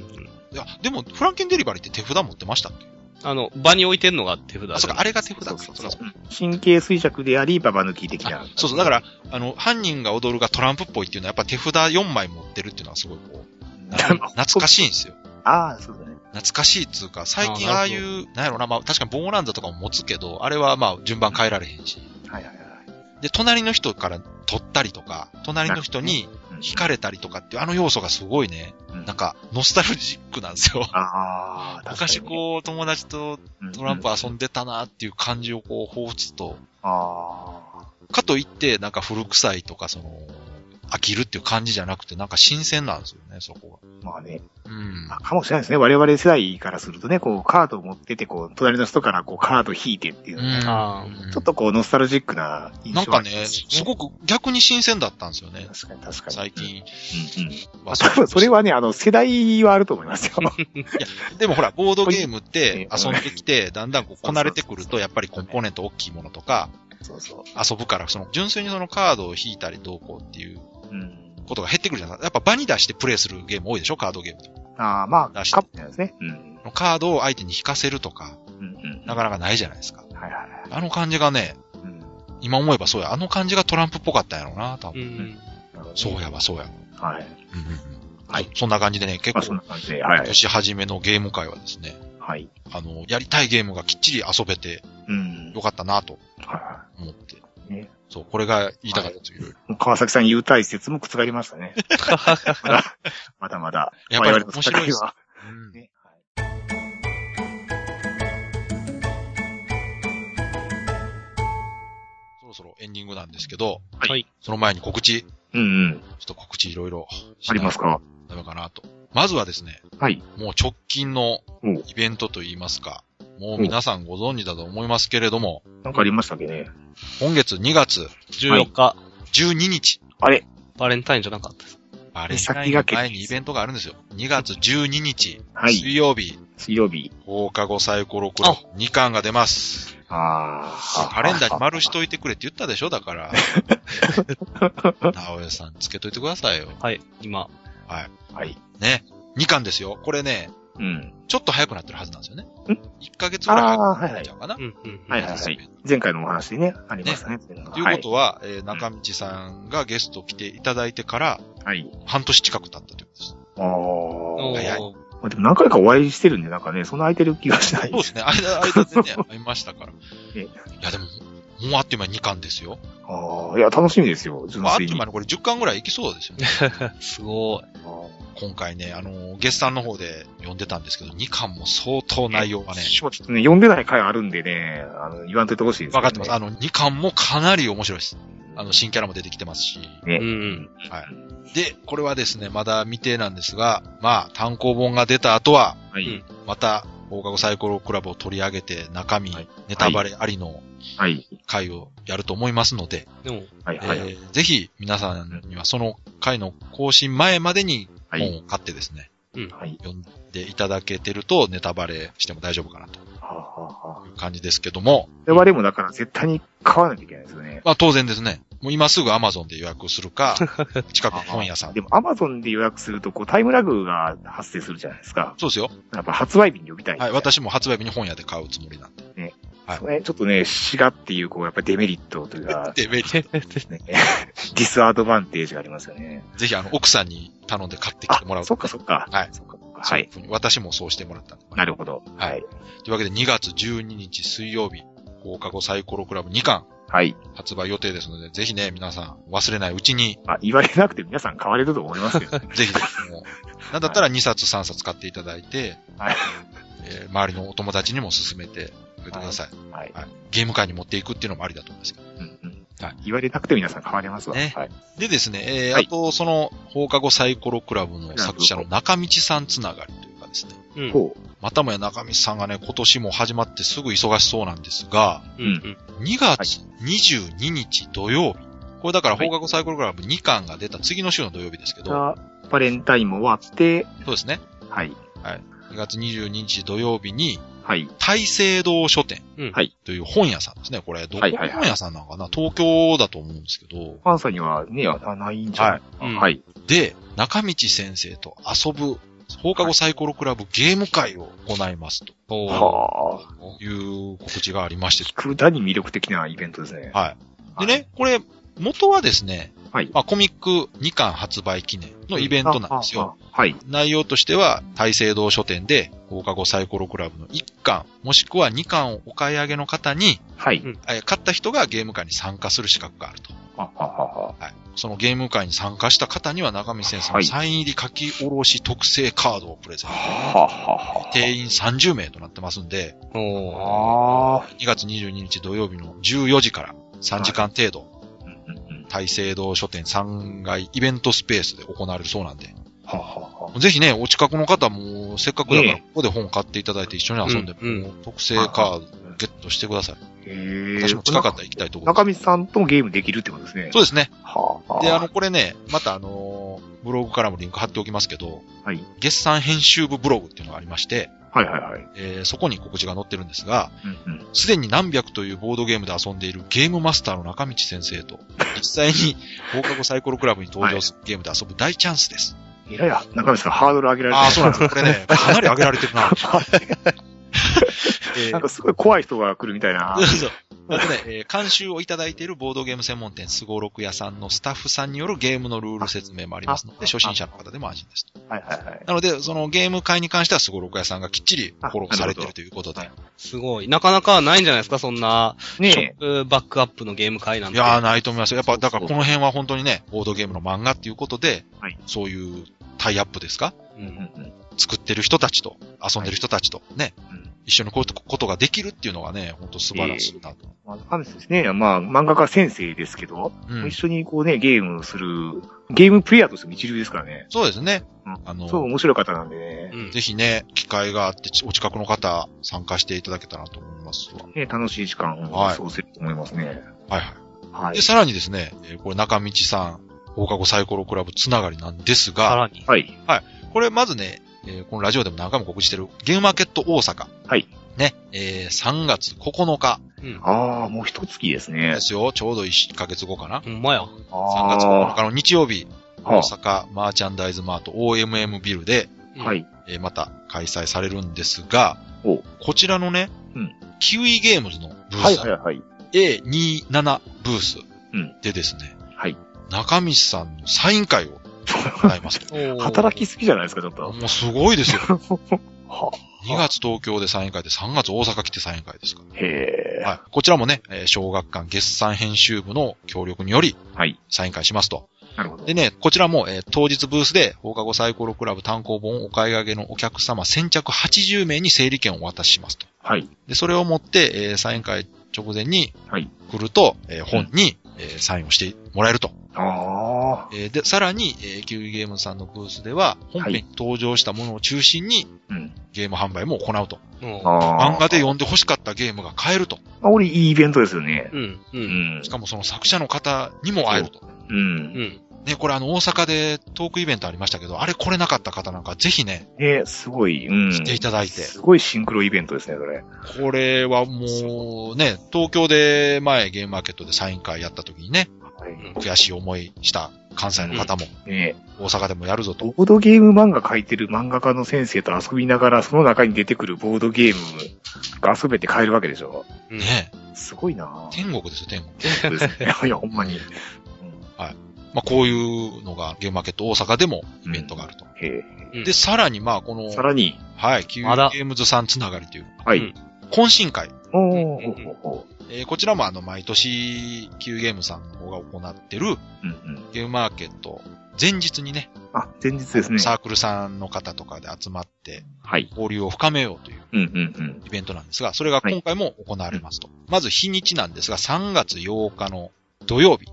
[SPEAKER 1] や、でも、フランケンデリバリーって手札持ってましたっけ
[SPEAKER 3] あの、場に置いてんのが手札で
[SPEAKER 1] あ、そうか、あれが手札か
[SPEAKER 2] そうそう
[SPEAKER 1] そうか
[SPEAKER 2] そう。神経衰弱であり、ババ抜き的な
[SPEAKER 1] あ。そうそう、だから、あの、犯人が踊るがトランプっぽいっていうのは、やっぱ手札4枚持ってるっていうのはすごいこう、な 懐かしいんですよ。
[SPEAKER 2] ああ、そうだね。
[SPEAKER 1] 懐かしいっつうか、最近
[SPEAKER 3] あ
[SPEAKER 1] あ
[SPEAKER 3] な
[SPEAKER 1] あ
[SPEAKER 3] る
[SPEAKER 1] い
[SPEAKER 3] ほ
[SPEAKER 1] う、なんやろな、まあ確かにボーランザとかも持つけど、あれはまあ順番変えられへんし。
[SPEAKER 2] はいはいはい。
[SPEAKER 1] で、隣の人から取ったりとか、隣の人に
[SPEAKER 2] うん
[SPEAKER 1] 惹かれたりとかっていうあの要素がすごいね、
[SPEAKER 2] うん
[SPEAKER 1] なんか、ノスタルジックなんですよ。
[SPEAKER 2] ああ、
[SPEAKER 1] 昔こう、友達と
[SPEAKER 2] う
[SPEAKER 1] トランプ
[SPEAKER 2] あ
[SPEAKER 1] 遊んでたなっていう感じをこう、放つと、
[SPEAKER 2] あ
[SPEAKER 1] かといって、なんか古臭いとか、その、飽きるっていう感じじゃなくて、なんか新鮮なんですよね、そこ
[SPEAKER 2] ー。まあね、
[SPEAKER 1] が。うん
[SPEAKER 2] まあ、。かもしれないですね。我々世代からするとね、こう、カードを持ってて、こう、隣の人からこう、カード引いてっていうう、
[SPEAKER 1] ん
[SPEAKER 3] あ
[SPEAKER 2] ちょっとこう、ノスタルジックな印
[SPEAKER 1] なん
[SPEAKER 2] 象
[SPEAKER 1] か
[SPEAKER 2] がありま
[SPEAKER 1] ね、
[SPEAKER 2] す
[SPEAKER 1] すごく逆に新鮮だったんですよね。
[SPEAKER 2] 確かに確かに。
[SPEAKER 1] 最。近。
[SPEAKER 2] うんうん。
[SPEAKER 1] まあ
[SPEAKER 2] 多分それはね、あの、世代はあると思いますよ。
[SPEAKER 1] でもほら、ボードゲームって
[SPEAKER 2] うん
[SPEAKER 1] 遊んできて、だんだんこうこなれてくると、やっぱりコンポーネント大きいものとか、
[SPEAKER 2] そうそ
[SPEAKER 1] 遊ぶから、その、純粋にそのカードを引いたりどうこうっていう
[SPEAKER 2] う。うん。
[SPEAKER 1] ことが減ってくるじゃないですか。やっぱ場に出してプレイするゲーム多いでしょ、カードゲームって。
[SPEAKER 2] ああ、まあ、カ
[SPEAKER 1] 出して
[SPEAKER 2] ップなんですね。うん。
[SPEAKER 1] カードを相手に引かせるとか、
[SPEAKER 2] うんうん。
[SPEAKER 1] なかなかないじゃないですか。
[SPEAKER 2] はいはいはい。
[SPEAKER 1] あの感じがね、
[SPEAKER 2] うん。
[SPEAKER 1] 今思えばそうや。あの感じがトランプっぽかったんやろうな、多
[SPEAKER 3] う
[SPEAKER 1] 分。
[SPEAKER 3] ん。
[SPEAKER 2] なるほどね
[SPEAKER 1] そう。やわ、そうやわ。
[SPEAKER 2] はい。
[SPEAKER 1] うんうんうん
[SPEAKER 2] はい
[SPEAKER 1] そそんな感じでね、結
[SPEAKER 2] まあ、そん
[SPEAKER 1] 構
[SPEAKER 2] な、感じで、はい。
[SPEAKER 1] 年始めのゲーム会はですね、
[SPEAKER 2] はい。
[SPEAKER 1] あの、やりたいゲームがきっちり遊べて
[SPEAKER 2] うん。
[SPEAKER 1] よかったなと
[SPEAKER 2] はいは
[SPEAKER 1] 思って。
[SPEAKER 2] い。ね。
[SPEAKER 1] そう、これが言いたかったという。
[SPEAKER 2] もう川崎さん優待説も覆りまし たね。まだまだまだ。
[SPEAKER 1] やっぱり
[SPEAKER 2] 我々の戦
[SPEAKER 1] 面白いです
[SPEAKER 2] は。
[SPEAKER 1] うん
[SPEAKER 2] ねはい
[SPEAKER 1] そろそろエンディングなんですけど、
[SPEAKER 3] はい。
[SPEAKER 1] その前に告知、ちょ
[SPEAKER 2] うんうん。
[SPEAKER 1] っと告知いろいろ
[SPEAKER 2] あります
[SPEAKER 1] か
[SPEAKER 2] か
[SPEAKER 1] ダメかなと。まずはですね、
[SPEAKER 2] はい。
[SPEAKER 1] もう直近の
[SPEAKER 2] うん
[SPEAKER 1] イベントといいますか、もう皆さんご存知だと思いますけれども、
[SPEAKER 2] なんかありましたっけね。
[SPEAKER 1] 今月2月
[SPEAKER 3] 14日、
[SPEAKER 1] 12日、
[SPEAKER 2] あれ
[SPEAKER 3] バレンタインじゃなかったです。
[SPEAKER 1] バレンタインの前にイベントがあるんですよ。2月12日、
[SPEAKER 2] はい
[SPEAKER 1] 水曜日、
[SPEAKER 2] 水曜日。
[SPEAKER 1] 放課後サイコロクロ2巻が出ます。
[SPEAKER 2] ああ。
[SPEAKER 1] カレンダーに丸しといてくれって言ったでしょだから。 直江さんつけといてくださいよ。
[SPEAKER 3] はい。今。
[SPEAKER 2] はい。
[SPEAKER 1] ね。2巻ですよ。これね、
[SPEAKER 2] うん。
[SPEAKER 1] ちょっと早くなってるはずなんですよね。1ヶ月ぐらい早
[SPEAKER 2] ああ、
[SPEAKER 1] く
[SPEAKER 2] はい
[SPEAKER 1] な
[SPEAKER 2] は
[SPEAKER 1] っ
[SPEAKER 2] い
[SPEAKER 1] ちゃ。うかな。
[SPEAKER 3] うんうん。
[SPEAKER 2] はいはいはい。前回のお話でね、ありましたね。という
[SPEAKER 1] ということは、えー中道さんがゲスト来ていただいてから、
[SPEAKER 2] はい。
[SPEAKER 1] 半年近く経ったということです。
[SPEAKER 2] ああ。
[SPEAKER 3] お
[SPEAKER 1] はいはい
[SPEAKER 3] ー
[SPEAKER 2] まあでも何回かお会いしてるんで、なんかね、そんな空いてる気がしない
[SPEAKER 1] そうですね。間、間でね、会いましたから。い
[SPEAKER 2] え
[SPEAKER 1] や、でも、もうあっという間に2巻ですよ。
[SPEAKER 2] ああ、いや、楽しみですよ、純
[SPEAKER 1] まあ、あっと
[SPEAKER 2] 粋
[SPEAKER 1] いう
[SPEAKER 2] に。
[SPEAKER 1] 間にこれ10巻ぐらいいきそうですよね。
[SPEAKER 3] すごい。
[SPEAKER 1] 今回ね、あの、月産の方で読んでたんですけど、2巻も相当内容がね、
[SPEAKER 2] 私もちょっとね、読んでない回あるんでね、あの、言わんといてほしいです、ね。
[SPEAKER 1] 分かってます。あの、2巻もかなり面白いです。あの、新キャラも出てきてますし。
[SPEAKER 3] うんうん。
[SPEAKER 1] で、これはですね、まだ未定なんですが、まあ、単行本が出た後は、
[SPEAKER 2] はい。
[SPEAKER 3] うん
[SPEAKER 1] また、放課後サイコロクラブを取り上げて、中身、
[SPEAKER 2] はい
[SPEAKER 1] ネタバレありの
[SPEAKER 2] はい。
[SPEAKER 1] 回をやると思いますので、
[SPEAKER 3] でも、
[SPEAKER 2] はい。はい。
[SPEAKER 1] えーぜひ皆さんにはその回の更新前までに
[SPEAKER 2] は
[SPEAKER 1] 本
[SPEAKER 2] い。
[SPEAKER 1] を買ってですね、
[SPEAKER 2] はい。
[SPEAKER 1] 読んでいただけてるとネタバレしても大丈夫かなとい
[SPEAKER 2] はあ、はあ、はあ。
[SPEAKER 1] う感じですけども、
[SPEAKER 2] 我々もだから絶対に買わなきゃいけないですよね。
[SPEAKER 1] まあ当然ですね、もう今すぐ Amazon で予約する か、近くの本屋さん
[SPEAKER 2] で。も Amazon で予約すると、こう、タイムラグが発生するじゃないですか。
[SPEAKER 1] そうですよ。
[SPEAKER 2] やっぱ発売日に呼びたい。
[SPEAKER 1] はい、。私も発売日に本屋で買うつもりなんで。
[SPEAKER 2] ね、ちょっとね、滋賀っていう、こう、やっぱりデメリットというか、
[SPEAKER 1] で、メリ
[SPEAKER 2] ね、ディスアドバンテージがありますよね。
[SPEAKER 1] ぜひあの奥さんに頼んで買ってき
[SPEAKER 2] あ
[SPEAKER 1] てもら、う
[SPEAKER 2] そっかそっか。
[SPEAKER 1] はい
[SPEAKER 2] そっかそっか。
[SPEAKER 1] そ
[SPEAKER 2] は
[SPEAKER 1] ういう
[SPEAKER 2] い。
[SPEAKER 1] ふうに私もそうしてもらったんで
[SPEAKER 2] なるほど。
[SPEAKER 1] は
[SPEAKER 2] はいい。
[SPEAKER 1] というわけで2月12日水曜日、放課後サイコロクラブ2巻
[SPEAKER 2] はい。
[SPEAKER 1] 発売予定ですので、ぜひね、皆さん忘れないうちに、
[SPEAKER 2] まあ、言われなくて皆さん買われると思いますけど、ね、
[SPEAKER 1] ぜひですね、もうなんだったら2冊3冊買っていただいて、
[SPEAKER 2] はい
[SPEAKER 1] えー周りのお友達にも勧めてあげてください,、
[SPEAKER 2] はい。
[SPEAKER 1] はい。ゲーム会に持っていくっていうのもありだと思うんですけど。
[SPEAKER 2] うんうん
[SPEAKER 1] はい
[SPEAKER 2] 言われなくて皆さん買われますわ。
[SPEAKER 1] ね
[SPEAKER 2] はい。
[SPEAKER 1] でですね、えー
[SPEAKER 2] はい
[SPEAKER 1] あとその放課後サイコロクラブの作者の中道さんつながりというかですね、
[SPEAKER 3] うん。うん
[SPEAKER 2] こう。
[SPEAKER 1] またもや中道さんがね、今年も始まってすぐ忙しそうなんですが、
[SPEAKER 3] うん。
[SPEAKER 1] 2月22日土曜日。これだから放課後サイコロクラブ2巻が出た次の週の土曜日ですけど、
[SPEAKER 2] さあバレンタインも終わって、
[SPEAKER 1] そうですね。
[SPEAKER 2] はい。
[SPEAKER 1] 2月22日土曜日に、
[SPEAKER 2] はい。
[SPEAKER 1] 大聖堂書店
[SPEAKER 3] うん
[SPEAKER 2] はい
[SPEAKER 1] という本屋さんですね。これ、どこ
[SPEAKER 2] はい
[SPEAKER 1] の
[SPEAKER 2] はいはい
[SPEAKER 1] 本屋さんなのかな、東京だと思うんですけど、
[SPEAKER 2] 関西にはね、あないんじゃないですか
[SPEAKER 3] はい
[SPEAKER 2] はい。
[SPEAKER 1] で、中道先生と遊ぶ放課後サイコロクラブゲーム会を行いますと
[SPEAKER 3] おー
[SPEAKER 2] はあ。
[SPEAKER 1] いう告知がありまして、
[SPEAKER 2] 聞くだに魅力的なイベントですね。
[SPEAKER 1] でね、これ、元はですね、
[SPEAKER 2] はい
[SPEAKER 1] まあ、コミック2巻発売記念のイベントなんですよ。
[SPEAKER 2] あ。あはい。
[SPEAKER 1] 内容としては、大聖堂書店で放課後サイコロクラブの1巻、もしくは2巻をお買い上げの方に、
[SPEAKER 2] は
[SPEAKER 3] うん
[SPEAKER 2] い。
[SPEAKER 1] えー買った人がゲーム会に参加する資格があると。
[SPEAKER 2] あはは
[SPEAKER 1] はい。そのゲーム会に参加した方には中見先生の
[SPEAKER 2] はい
[SPEAKER 1] サイン入り書き下ろし特製カードをプレゼント。
[SPEAKER 2] ははは
[SPEAKER 1] 定員30名となってますんで、
[SPEAKER 3] おー
[SPEAKER 2] ああ。
[SPEAKER 1] 2月22日土曜日の14時から3時間程度、
[SPEAKER 2] うんうんうん
[SPEAKER 1] 大聖堂書店3階イベントスペースで行われるそうなんで、
[SPEAKER 2] ははは
[SPEAKER 1] ぜひね、お近くの方も、せっかくだから、
[SPEAKER 2] ええ
[SPEAKER 1] ここで本買っていただいて一緒に遊んで、
[SPEAKER 3] うんうん
[SPEAKER 1] もう特製カードゲットしてください。
[SPEAKER 2] へえ。
[SPEAKER 1] 私も近かったら行きたいところ。
[SPEAKER 2] 中道さんともゲームできるってことですね。
[SPEAKER 1] そうですね。
[SPEAKER 2] はあ。
[SPEAKER 1] で、あの、これね、またあのーブログからもリンク貼っておきますけど、
[SPEAKER 2] はい。
[SPEAKER 1] 月産編集部ブログっていうのがありまして、
[SPEAKER 2] はいはいはい。
[SPEAKER 1] えーそこに告知が載ってるんですが、
[SPEAKER 2] うんうん。
[SPEAKER 1] すでに何百というボードゲームで遊んでいるゲームマスターの中道先生 と、実際に放課後サイコロクラブに登場するゲームで遊ぶ大チャンスです。
[SPEAKER 2] いやいや、中道さんハードル上げられてる
[SPEAKER 1] ああ、そうなんです。これね、かなり上げられ てるな。 えー
[SPEAKER 2] なんかすごい怖い人が来るみたい な
[SPEAKER 1] そう。そう。あとね、えー監修をいただいているボードゲーム専門店、スゴロク屋さんのスタッフさんによるゲームのルール説明もありますので、
[SPEAKER 2] あ
[SPEAKER 1] 初心者の方でも安心です。
[SPEAKER 2] はいはいはい。
[SPEAKER 1] なので、そのゲーム会に関してはスゴロク屋さんがきっちりフォローされているということ
[SPEAKER 2] あ
[SPEAKER 1] で
[SPEAKER 2] な。
[SPEAKER 3] すごい。なかなかないんじゃないですか、そんな、
[SPEAKER 2] ね
[SPEAKER 3] うんバックアップのゲーム会なん
[SPEAKER 1] い
[SPEAKER 3] て。
[SPEAKER 1] やー、ないと思いますよ。やっぱ、だから
[SPEAKER 2] そう
[SPEAKER 1] この辺は本当にね、ボードゲームの漫画っていうことで、
[SPEAKER 2] はい
[SPEAKER 1] そういうタイアップですか
[SPEAKER 3] う
[SPEAKER 2] え。
[SPEAKER 3] ん
[SPEAKER 2] うんうん
[SPEAKER 1] 作ってる人たちと、遊んでる人たちとね、
[SPEAKER 2] うん
[SPEAKER 1] 一緒にこういうことができるっていうのがね、本当素晴らしいなと。
[SPEAKER 2] まあ、中道ですね。まあ、漫画家先生ですけど、
[SPEAKER 1] うん
[SPEAKER 2] 一緒にこうね、ゲームをする、ゲームプレイヤーとしても一流ですからね。
[SPEAKER 1] そうですね
[SPEAKER 2] うん。
[SPEAKER 1] あの、
[SPEAKER 2] そう、面白い方なんでね
[SPEAKER 3] う。ん
[SPEAKER 1] ぜひね、機会があって、ちお近くの方、参加していただけたらと思いますわ。
[SPEAKER 2] ね、楽しい時間を
[SPEAKER 1] はい
[SPEAKER 2] 過ごせると思いますね。
[SPEAKER 1] はいは。
[SPEAKER 2] はいい
[SPEAKER 1] で、。さらにですね、えーこれ中道さん、放課後サイコロクラブつながりなんです
[SPEAKER 3] さ
[SPEAKER 1] が、
[SPEAKER 3] らに。
[SPEAKER 2] はい。
[SPEAKER 1] これまずね、えーこのラジオでも何回も告知してる、ゲームマーケット大阪。
[SPEAKER 2] はい。
[SPEAKER 1] ね、えー3月9日
[SPEAKER 3] うん。
[SPEAKER 2] ああ、もう一月ですね
[SPEAKER 1] で。すよ。ちょうど1ヶ月後かな。
[SPEAKER 3] ほんまや。
[SPEAKER 1] 3月9
[SPEAKER 2] あ
[SPEAKER 1] 日の日曜日、
[SPEAKER 2] ー
[SPEAKER 1] 大
[SPEAKER 2] は
[SPEAKER 1] 阪マーチャンダイズマート OMM ビルで、
[SPEAKER 2] あはい。
[SPEAKER 1] えーまた開催されるんですが
[SPEAKER 2] お、
[SPEAKER 1] こちらのね、
[SPEAKER 2] うん
[SPEAKER 1] キウイゲームズのブー
[SPEAKER 2] はい
[SPEAKER 1] ス、
[SPEAKER 2] はいはい。
[SPEAKER 1] A27 ブース
[SPEAKER 2] うん
[SPEAKER 1] でですね、
[SPEAKER 2] はい。
[SPEAKER 1] 中道さんのサイン会を行いますと。
[SPEAKER 3] うん。
[SPEAKER 2] 働きすぎじゃないですか、ちょっと。
[SPEAKER 1] もうすごいですよ。
[SPEAKER 2] は
[SPEAKER 1] 2月東京でサイン会で、3月大阪来てサイン会ですから。
[SPEAKER 2] へえ。
[SPEAKER 1] はい。こちらもね、えー小学館月産編集部の協力により、
[SPEAKER 2] はい。
[SPEAKER 1] サイン会しますと。
[SPEAKER 2] なるほど。
[SPEAKER 1] でね、こちらも、えー当日ブースで、放課後サイコロクラブ単行本お買い上げのお客様先着80名に整理券をお渡ししますと。
[SPEAKER 2] はい。
[SPEAKER 1] で、それを持って、えーサイン会直前に
[SPEAKER 2] はい。
[SPEAKER 1] 来ると、えー本に、えーサインをしてもらえると。
[SPEAKER 2] ああ。
[SPEAKER 1] えーで、さらに、えー、キウイゲームズさんのブースでは、本編に登場したものを中心に、
[SPEAKER 2] うん。
[SPEAKER 1] ゲーム販売も行うと。
[SPEAKER 3] うん
[SPEAKER 2] ああ。
[SPEAKER 1] 漫画で読んで欲しかったゲームが買えると。
[SPEAKER 2] あ俺、いいイベントですよね。
[SPEAKER 3] うん。う。
[SPEAKER 2] うんん
[SPEAKER 1] し。かもその作者の方にも会えると。
[SPEAKER 2] う。
[SPEAKER 3] うんん。
[SPEAKER 1] ね、これあの、大阪でトークイベントありましたけど、あれ来れなかった方なんかぜひね、
[SPEAKER 2] ね、すごい。うん。
[SPEAKER 1] 来ていただいて。
[SPEAKER 2] すごいシンクロイベントですね、それ。
[SPEAKER 1] これはもう、ね、東京で前ゲームマーケットでサイン会やった時にね、
[SPEAKER 2] はい。
[SPEAKER 1] 悔しい思いした関西の方も、
[SPEAKER 2] ね
[SPEAKER 1] 大阪でもやるぞと。
[SPEAKER 2] ボードゲーム漫画描いてる漫画家の先生と遊びながら、その中に出てくるボードゲームが遊べて買えるわけでしょ。
[SPEAKER 3] うん
[SPEAKER 1] ね、
[SPEAKER 2] すごいなぁ。
[SPEAKER 1] 天国ですよ、天国。
[SPEAKER 2] そうですね。 いや、ほんまに。うん
[SPEAKER 1] まあ、こういうのがゲームマーケット大阪でもイベントがあると。
[SPEAKER 2] へ
[SPEAKER 3] うん
[SPEAKER 1] で、さらにまあ、この
[SPEAKER 2] え。、さらに、
[SPEAKER 1] はい、キウイ
[SPEAKER 3] まだ
[SPEAKER 1] ゲームズさんつながりという、
[SPEAKER 2] は
[SPEAKER 3] うん
[SPEAKER 2] い。
[SPEAKER 1] 懇親会。
[SPEAKER 2] お
[SPEAKER 3] ん
[SPEAKER 2] ー、ほうほうほ
[SPEAKER 1] えーこちらもあの、毎年、キウイゲームズさんの方が行ってる
[SPEAKER 2] う。うんうん。
[SPEAKER 1] ゲームマーケット、前日にね、
[SPEAKER 2] あ、前日ですね。
[SPEAKER 1] サークルさんの方とかで集まって、
[SPEAKER 2] はい。
[SPEAKER 1] 交流を深めようという
[SPEAKER 2] うんうんうん。
[SPEAKER 1] イベントなんですが、それが今回も行われますと。まず日にちなんですが、3月8日の土曜日。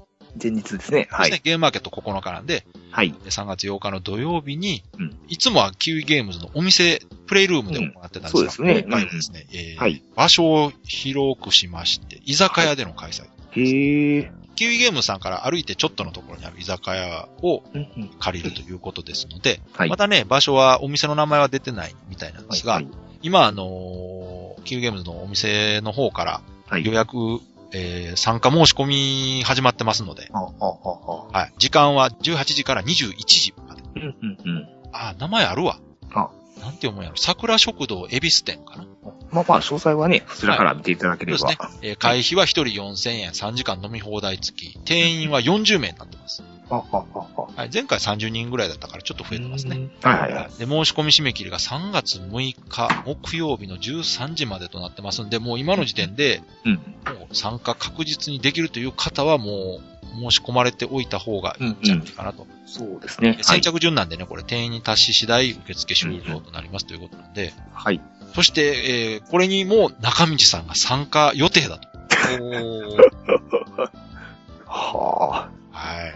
[SPEAKER 2] 前日ですね。
[SPEAKER 1] で
[SPEAKER 2] は
[SPEAKER 1] すね、
[SPEAKER 2] い。
[SPEAKER 1] ゲームマーケット9日なんで、
[SPEAKER 2] はい。
[SPEAKER 1] で3月8日の土曜日に、
[SPEAKER 2] うん
[SPEAKER 1] いつもはキウイゲームズのお店、プレイルームで行ってたんですが、
[SPEAKER 2] うんそうですね
[SPEAKER 1] 今回はですね、えー
[SPEAKER 2] はい
[SPEAKER 1] 場所を広くしまして、居酒屋での開催。
[SPEAKER 2] へえ。
[SPEAKER 1] キウイゲームズさんから歩いてちょっとのところにある居酒屋を
[SPEAKER 2] うんうん。
[SPEAKER 1] 借りるということですので、
[SPEAKER 2] はい
[SPEAKER 1] ま。たね、場所はお店の名前は出てないみたいなんですが、
[SPEAKER 2] はい
[SPEAKER 1] 今、あのーキウイゲームズのお店の方から
[SPEAKER 2] はい。
[SPEAKER 1] 予約、えー参加申し込み始まってますので、
[SPEAKER 2] あ、あ、あ、あ。
[SPEAKER 1] はい。時間は18時から21時まで。
[SPEAKER 2] うんうんうん。
[SPEAKER 1] あ、名前あるわ。
[SPEAKER 2] あ
[SPEAKER 1] なんて読むんやろ。桜食堂恵比寿店かな。
[SPEAKER 2] まあまあ、詳細はね、そちらから見ていただければ。
[SPEAKER 1] はいえー会費は1人4000円、3時間飲み放題付き。定員は40名になってます。
[SPEAKER 2] あああ
[SPEAKER 1] はい。前回30人ぐらいだったからちょっと増えてますね。
[SPEAKER 2] あはいはいはい。
[SPEAKER 1] で、申し込み締め切りが3月6日木曜日の13時までとなってますんで、もう今の時点で、
[SPEAKER 2] うん。
[SPEAKER 1] もう参加確実にできるという方はもう申し込まれておいた方がいいんじゃないかなと。
[SPEAKER 2] そうですね。は
[SPEAKER 1] 先
[SPEAKER 2] い。
[SPEAKER 1] 着順なんでね、これ定員に達し次第受付終了となりますということなんで、
[SPEAKER 2] はい。
[SPEAKER 1] そして、えーこれにも中道さんが参加予定だと。
[SPEAKER 3] お
[SPEAKER 2] は
[SPEAKER 1] はい。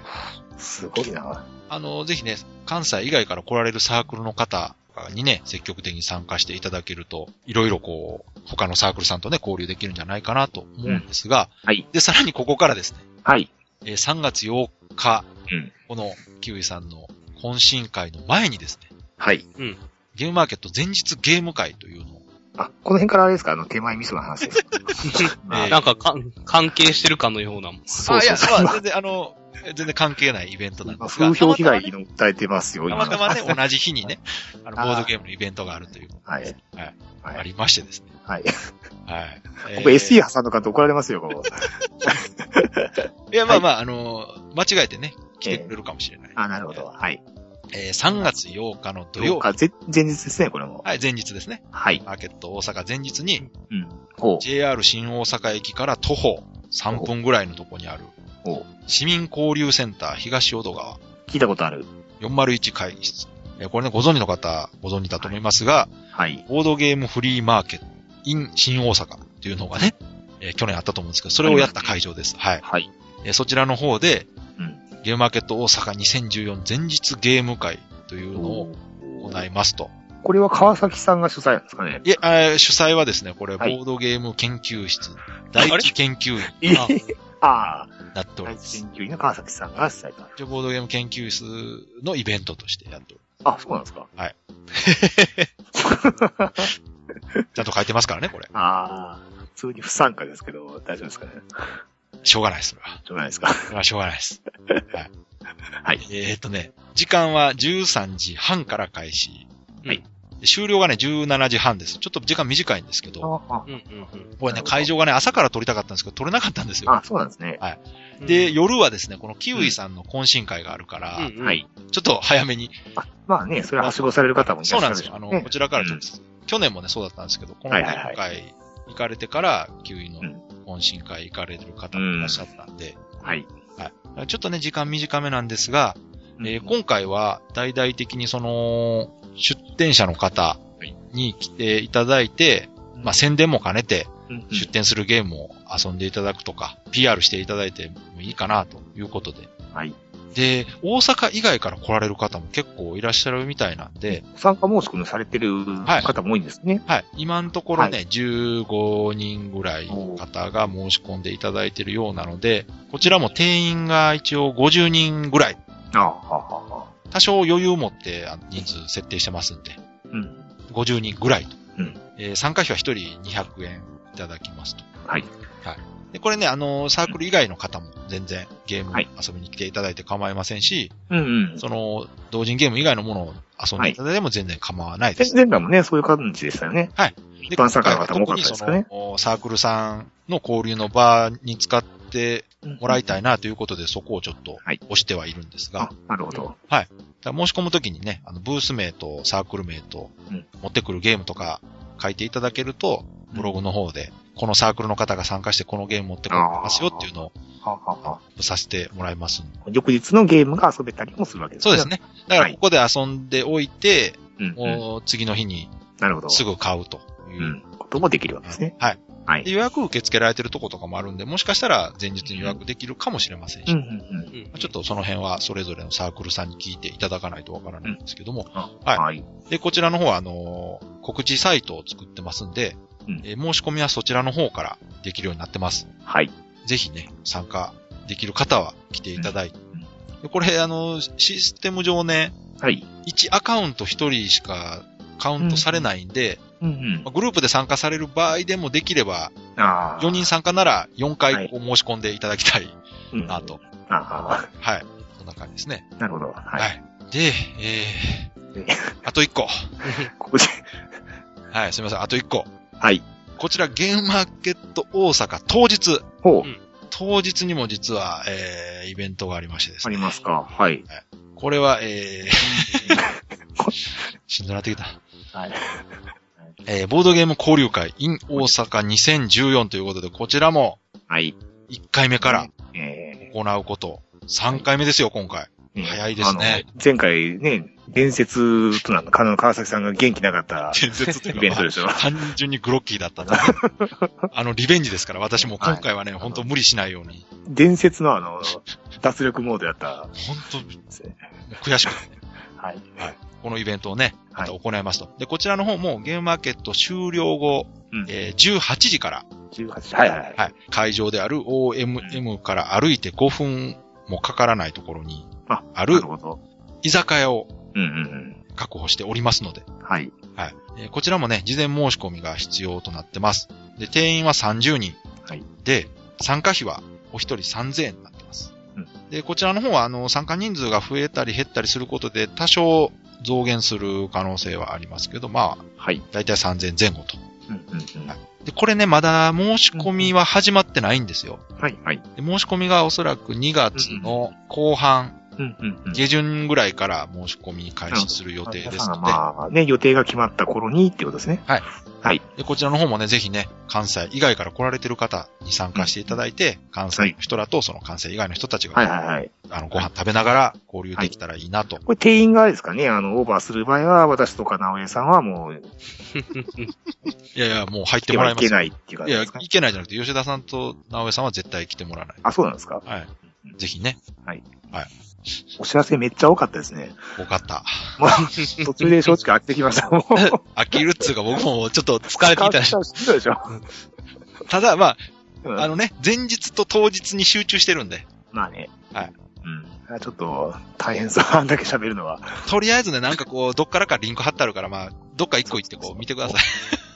[SPEAKER 2] あ、すごいな。
[SPEAKER 1] あの、ぜひね、関西以外から来られるサークルの方にね、積極的に参加していただけると、いろいろこう、他のサークルさんとね、交流できるんじゃないかなと思うんですが、
[SPEAKER 2] うんはい。
[SPEAKER 1] で、さらにここからですね、
[SPEAKER 2] はい。
[SPEAKER 1] えー3月8日、
[SPEAKER 2] うん
[SPEAKER 1] このキウイさんの懇親会の前にですね、
[SPEAKER 2] はい。
[SPEAKER 1] ゲームマーケット前日ゲーム会というのを、
[SPEAKER 2] あ、この辺からあれですかあの、手前味噌の話 です。
[SPEAKER 1] え
[SPEAKER 3] ーなんかかん、関係してるかのようなもん。
[SPEAKER 2] そう
[SPEAKER 1] あ、い
[SPEAKER 2] そ
[SPEAKER 1] や
[SPEAKER 2] うそ、う
[SPEAKER 1] まあ、全然、あの、全然関係ないイベントなん
[SPEAKER 2] 今。
[SPEAKER 1] ですが。
[SPEAKER 2] 風評被害の訴えてますよ、
[SPEAKER 1] た
[SPEAKER 2] 今
[SPEAKER 1] ま。たまね、たまたまね同じ日にね、あの、ボードゲームのイベントがあるという、
[SPEAKER 2] はい。
[SPEAKER 1] ありましてですね。
[SPEAKER 2] はい。
[SPEAKER 1] はい。えー
[SPEAKER 2] 僕 SE 挟んのかと怒られますよ、ここ。
[SPEAKER 1] いや、まあまあ、あの、間違えてね、来てくれるかもしれない。
[SPEAKER 2] あ、なるほど。はい。
[SPEAKER 1] えー3月8日の土
[SPEAKER 2] ど
[SPEAKER 1] 曜
[SPEAKER 2] う
[SPEAKER 1] 日、
[SPEAKER 2] か、ぜ前日ですね、これも。
[SPEAKER 1] はい、前日ですね。
[SPEAKER 2] はい。
[SPEAKER 1] マーケット大阪前日に、
[SPEAKER 2] うん。ほ
[SPEAKER 1] JR 新大阪駅から徒歩3分ぐらいのとこにある、
[SPEAKER 2] う。ほう。
[SPEAKER 1] 市民交流センター東淀川
[SPEAKER 2] 聞いたことある。
[SPEAKER 1] 401会議室。えーこれね、ご存知の方、ご存知だと思いますが、
[SPEAKER 2] はい。
[SPEAKER 1] ボードゲームフリーマーケット、in 新大阪というのがね、えー去年あったと思うんですけど、それをやった会場です。はい。
[SPEAKER 2] はい。
[SPEAKER 1] えーそちらの方で、
[SPEAKER 2] うん。
[SPEAKER 1] ゲームマーケット大阪2014前日ゲーム会というのを行いますと。
[SPEAKER 2] これは川崎さんが主催なんですかね
[SPEAKER 1] いえ、えー主催はですね、これ、ボ
[SPEAKER 2] はい
[SPEAKER 1] ードゲーム研究室、 第
[SPEAKER 3] あれ
[SPEAKER 1] 一研究員に
[SPEAKER 3] あ
[SPEAKER 2] ああ、
[SPEAKER 1] なっており
[SPEAKER 2] 第
[SPEAKER 1] ま
[SPEAKER 2] 一
[SPEAKER 1] す
[SPEAKER 2] 研。究員の川崎さんが主催と。
[SPEAKER 1] 一応ボードゲーム研究室のイベントとしてやっており
[SPEAKER 2] あ、そうなんですか
[SPEAKER 1] ます。ちゃんと書いてますからね、これ。
[SPEAKER 2] ああ、普通に不参加ですけど、大丈夫ですかね
[SPEAKER 1] しょうがないです、それは。
[SPEAKER 2] しょうがないですか
[SPEAKER 1] それはしょうがないです。はい。
[SPEAKER 2] はい
[SPEAKER 1] えーっとね、時間は13時半から開始。
[SPEAKER 3] はい。
[SPEAKER 1] で終了がね、17時半です。ちょっと時間短いんですけど、
[SPEAKER 2] あ
[SPEAKER 3] うんうん
[SPEAKER 1] これ
[SPEAKER 2] なる
[SPEAKER 1] ね、
[SPEAKER 2] ほど
[SPEAKER 1] 会場がね、朝から撮りたかったんですけど、撮れなかったんです
[SPEAKER 2] あ、
[SPEAKER 1] よ。
[SPEAKER 2] そうなんですね。
[SPEAKER 3] うん。
[SPEAKER 1] で、夜はですね、このキウイさんの懇親会があるから、
[SPEAKER 3] うんうん
[SPEAKER 2] はい。
[SPEAKER 1] ちょっと早めに。
[SPEAKER 2] あ、まあね、それははしごされる方もいら
[SPEAKER 1] そ
[SPEAKER 2] っ
[SPEAKER 1] う
[SPEAKER 2] しゃ
[SPEAKER 1] なん
[SPEAKER 2] る
[SPEAKER 1] で
[SPEAKER 2] ですし
[SPEAKER 1] よ。
[SPEAKER 2] ょ
[SPEAKER 1] あの、
[SPEAKER 2] ね
[SPEAKER 1] こちらからちょっと、去年もね、そうだったんですけど、この
[SPEAKER 2] は
[SPEAKER 1] 今
[SPEAKER 2] いはいはい
[SPEAKER 1] 回行かれてから、キウイの
[SPEAKER 2] うん
[SPEAKER 1] 懇親会行かれる方もいらっしゃったんで、
[SPEAKER 2] はい。
[SPEAKER 1] ちょっとね、時間短めなんですが、えー今回は大々的にその、出店者の方に来ていただいて、まあ、宣伝も兼ねて、
[SPEAKER 2] うん
[SPEAKER 1] 出店するゲームを遊んでいただくとか、PR していただいてもいいかなということで。
[SPEAKER 2] はい。
[SPEAKER 1] で、大阪以外から来られる方も結構いらっしゃるみたいなんで、
[SPEAKER 2] 参加申し込みされてる
[SPEAKER 1] はい
[SPEAKER 2] 方も多いんですね。
[SPEAKER 1] はい、今のところね、
[SPEAKER 2] は
[SPEAKER 1] 15人ぐらいの方が申し込んでいただいているようなので、こちらも定員が一応50人ぐらい、
[SPEAKER 2] ああ、はあはあはあ。
[SPEAKER 1] 多少余裕を持ってあの人数設定してますんで、
[SPEAKER 2] うん。
[SPEAKER 1] 50人ぐらいと。
[SPEAKER 2] うん
[SPEAKER 1] えー参加費は1人200円いただきますと。
[SPEAKER 2] はい。
[SPEAKER 1] で、これね、あのーサークル以外の方も全然ゲーム
[SPEAKER 2] はい
[SPEAKER 1] 遊びに来ていただいて構いませんし、
[SPEAKER 2] うんうん。
[SPEAKER 1] その、同人ゲーム以外のものを遊んでいただいても全然構わないで
[SPEAKER 2] 前
[SPEAKER 1] す。
[SPEAKER 2] 前回もね、そういう感じでしたよね。
[SPEAKER 1] で
[SPEAKER 2] 一般参加の方も多かったですかね
[SPEAKER 1] 特にその、サークルさんの交流の場に使ってもらいたいなということで、そこをちょっと
[SPEAKER 2] はい
[SPEAKER 1] 押してはいるんですが、
[SPEAKER 2] あ、なるほど。
[SPEAKER 1] だから申し込むときにね、あの、ブース名とサークル名と
[SPEAKER 2] うん、
[SPEAKER 1] 持ってくるゲームとか書いていただけると、ブログの方で、このサークルの方が参加してこのゲーム持ってこますよっていうの
[SPEAKER 2] はあはあは
[SPEAKER 1] をさせてもらいますんで
[SPEAKER 2] あ翌日のゲームが遊べたりもするわけです
[SPEAKER 1] そうです。ね。だから
[SPEAKER 2] はい
[SPEAKER 1] ここで遊んでおいて、
[SPEAKER 2] うん、うん。
[SPEAKER 1] もう次の日に
[SPEAKER 2] なるほど。
[SPEAKER 1] すぐ買うというう。
[SPEAKER 2] ん。こともできるわけですね。
[SPEAKER 1] はい。
[SPEAKER 2] は
[SPEAKER 1] で
[SPEAKER 2] い。
[SPEAKER 1] 予約受け付けられてるとことかもあるんで、もしかしたら前日に予約できるかもしれませんし、
[SPEAKER 2] うんう
[SPEAKER 1] ま
[SPEAKER 2] んうん。
[SPEAKER 3] うん
[SPEAKER 1] あちょっとその辺はそれぞれのサークルさんに聞いていただかないとわからないんですけども、
[SPEAKER 2] あ
[SPEAKER 1] はい
[SPEAKER 2] はい。
[SPEAKER 1] で、こちらの方は、あのー告知サイトを作ってますんで、
[SPEAKER 2] うん
[SPEAKER 1] えー申し込みはそちらの方からできるようになってます。
[SPEAKER 2] はい。
[SPEAKER 1] ぜひね、参加できる方は来ていただいて。
[SPEAKER 2] うん
[SPEAKER 1] でこれ、あのーシステム上ね、
[SPEAKER 2] はい。
[SPEAKER 1] 1アカウント1人しかカウントされないんで、
[SPEAKER 2] うんうん
[SPEAKER 1] まあ。グループで参加される場合でもできれば、
[SPEAKER 2] ああ。
[SPEAKER 1] 4人
[SPEAKER 2] さ
[SPEAKER 1] 参加なら4
[SPEAKER 2] は
[SPEAKER 1] 回
[SPEAKER 2] い
[SPEAKER 1] こう申し込んでいただきたい
[SPEAKER 2] ん
[SPEAKER 1] なと。
[SPEAKER 2] あ
[SPEAKER 1] はい。そんな感じですね。
[SPEAKER 2] あ、なるほど。
[SPEAKER 1] は。
[SPEAKER 2] はい
[SPEAKER 1] で、え
[SPEAKER 2] い。
[SPEAKER 1] ー、あと1個。
[SPEAKER 2] ここで。
[SPEAKER 1] はい、すみません。あと1個。
[SPEAKER 2] はい。
[SPEAKER 1] こちらゲームマーケット大阪当日、
[SPEAKER 2] ほう
[SPEAKER 3] うん。
[SPEAKER 1] 当日にも実は、えー、イベントがありましてです
[SPEAKER 2] あ
[SPEAKER 1] ね。
[SPEAKER 2] りますか。はい。
[SPEAKER 1] これは、えー、 しんどなってきた。
[SPEAKER 2] はい。
[SPEAKER 1] えー、ボードゲーム交流会 in 大阪2014ということで、こちらも
[SPEAKER 2] はい。
[SPEAKER 1] 1回目から
[SPEAKER 2] え
[SPEAKER 1] 行うこと、3回目ですよ、今回。
[SPEAKER 2] ーね
[SPEAKER 1] 早いですね
[SPEAKER 2] あの前回ね、伝説となんか、あの川崎さんが元気なかった
[SPEAKER 1] 伝説という
[SPEAKER 2] イ
[SPEAKER 1] か
[SPEAKER 2] ベントでしょ。
[SPEAKER 1] 単純にグロッキーだ ったんで、あの、リベンジですから、私も今回はね、
[SPEAKER 2] い
[SPEAKER 1] 本当無理しないように、
[SPEAKER 2] 伝説のあの、脱力モードやったんで
[SPEAKER 1] 本
[SPEAKER 2] すね。
[SPEAKER 1] 当悔しくて、
[SPEAKER 2] はい。
[SPEAKER 1] このイベントをね、ま
[SPEAKER 2] はい
[SPEAKER 1] た行いますと。で、こちらの方もゲームマーケット終了後、
[SPEAKER 2] うん
[SPEAKER 1] えー18時から、
[SPEAKER 2] 18。はいはいはい。
[SPEAKER 1] はい、会場である OMM から歩いて5分もかからないところに
[SPEAKER 2] あ
[SPEAKER 1] あ
[SPEAKER 2] な
[SPEAKER 1] る
[SPEAKER 2] るほど。
[SPEAKER 1] 居酒屋を
[SPEAKER 2] うんうん
[SPEAKER 1] 確保しておりますので、
[SPEAKER 2] うん。はい。
[SPEAKER 1] はい。えーこちらもね、事前申し込みが必要となってます。で、定員は30人。
[SPEAKER 2] はい
[SPEAKER 1] で、参加費はお一人3000円になってます。
[SPEAKER 2] うん
[SPEAKER 1] で、こちらの方は、あの、参加人数が増えたり減ったりすることで、多少増減する可能性はありますけど、まあ、
[SPEAKER 2] はい。
[SPEAKER 1] だいたい3000前後と。
[SPEAKER 2] うんうん
[SPEAKER 1] はいで、これね、まだ申し込みは始まってないんですよ。
[SPEAKER 2] うん。はいはい。
[SPEAKER 1] で申し込みがおそらく2月の後半、
[SPEAKER 2] うんうんうん。
[SPEAKER 1] 下旬ぐらいから申し込み開始する予定ですの
[SPEAKER 2] 皆さん
[SPEAKER 1] で、
[SPEAKER 2] がまあ、ね、予定が決まった頃にってことですね。
[SPEAKER 1] で、こちらの方もね、ぜひね、関西以外から来られてる方に参加していただいて、関西の人らとその関西以外の人たちが、
[SPEAKER 2] はいはいはい。
[SPEAKER 1] あの、ご飯食べながら交流できたらいいなと。
[SPEAKER 2] これ定員があれですかね、あの、オーバーする場合は、私とか直江さんはもう、
[SPEAKER 1] い、やいや、もう入っ
[SPEAKER 2] 来
[SPEAKER 1] て
[SPEAKER 2] て
[SPEAKER 1] もら
[SPEAKER 2] はいい
[SPEAKER 1] ま
[SPEAKER 2] け
[SPEAKER 1] す。
[SPEAKER 2] ないっていう感
[SPEAKER 1] い
[SPEAKER 2] じ
[SPEAKER 1] や、
[SPEAKER 2] で
[SPEAKER 1] い
[SPEAKER 2] すかね。
[SPEAKER 1] けないじゃなくて、吉田さんと直江さんは絶対来てもらわない。
[SPEAKER 2] あ、そうなんですか
[SPEAKER 1] はい。ぜひね、
[SPEAKER 2] お知らせめっちゃ多かったですね。
[SPEAKER 1] 多かった。
[SPEAKER 2] もう、途中で正直飽きてきました。もう、
[SPEAKER 1] 飽きるっつうか、僕もちょっと疲
[SPEAKER 3] 疲れてき
[SPEAKER 2] 変
[SPEAKER 3] た
[SPEAKER 2] わっ
[SPEAKER 3] し
[SPEAKER 2] ちゃ。うし、そうでしょ。
[SPEAKER 1] ただ、ま
[SPEAKER 2] うん
[SPEAKER 1] あ、あのね、前日と当日に集中してるんで、
[SPEAKER 2] まあね。
[SPEAKER 1] はい。
[SPEAKER 2] うん。ちょっと、大変そう。あんだけ喋るのは。
[SPEAKER 1] とりあえずね、なんかこう、どっからかリンク貼ってあるから、まあ、どっか一個行ってこう、見てください。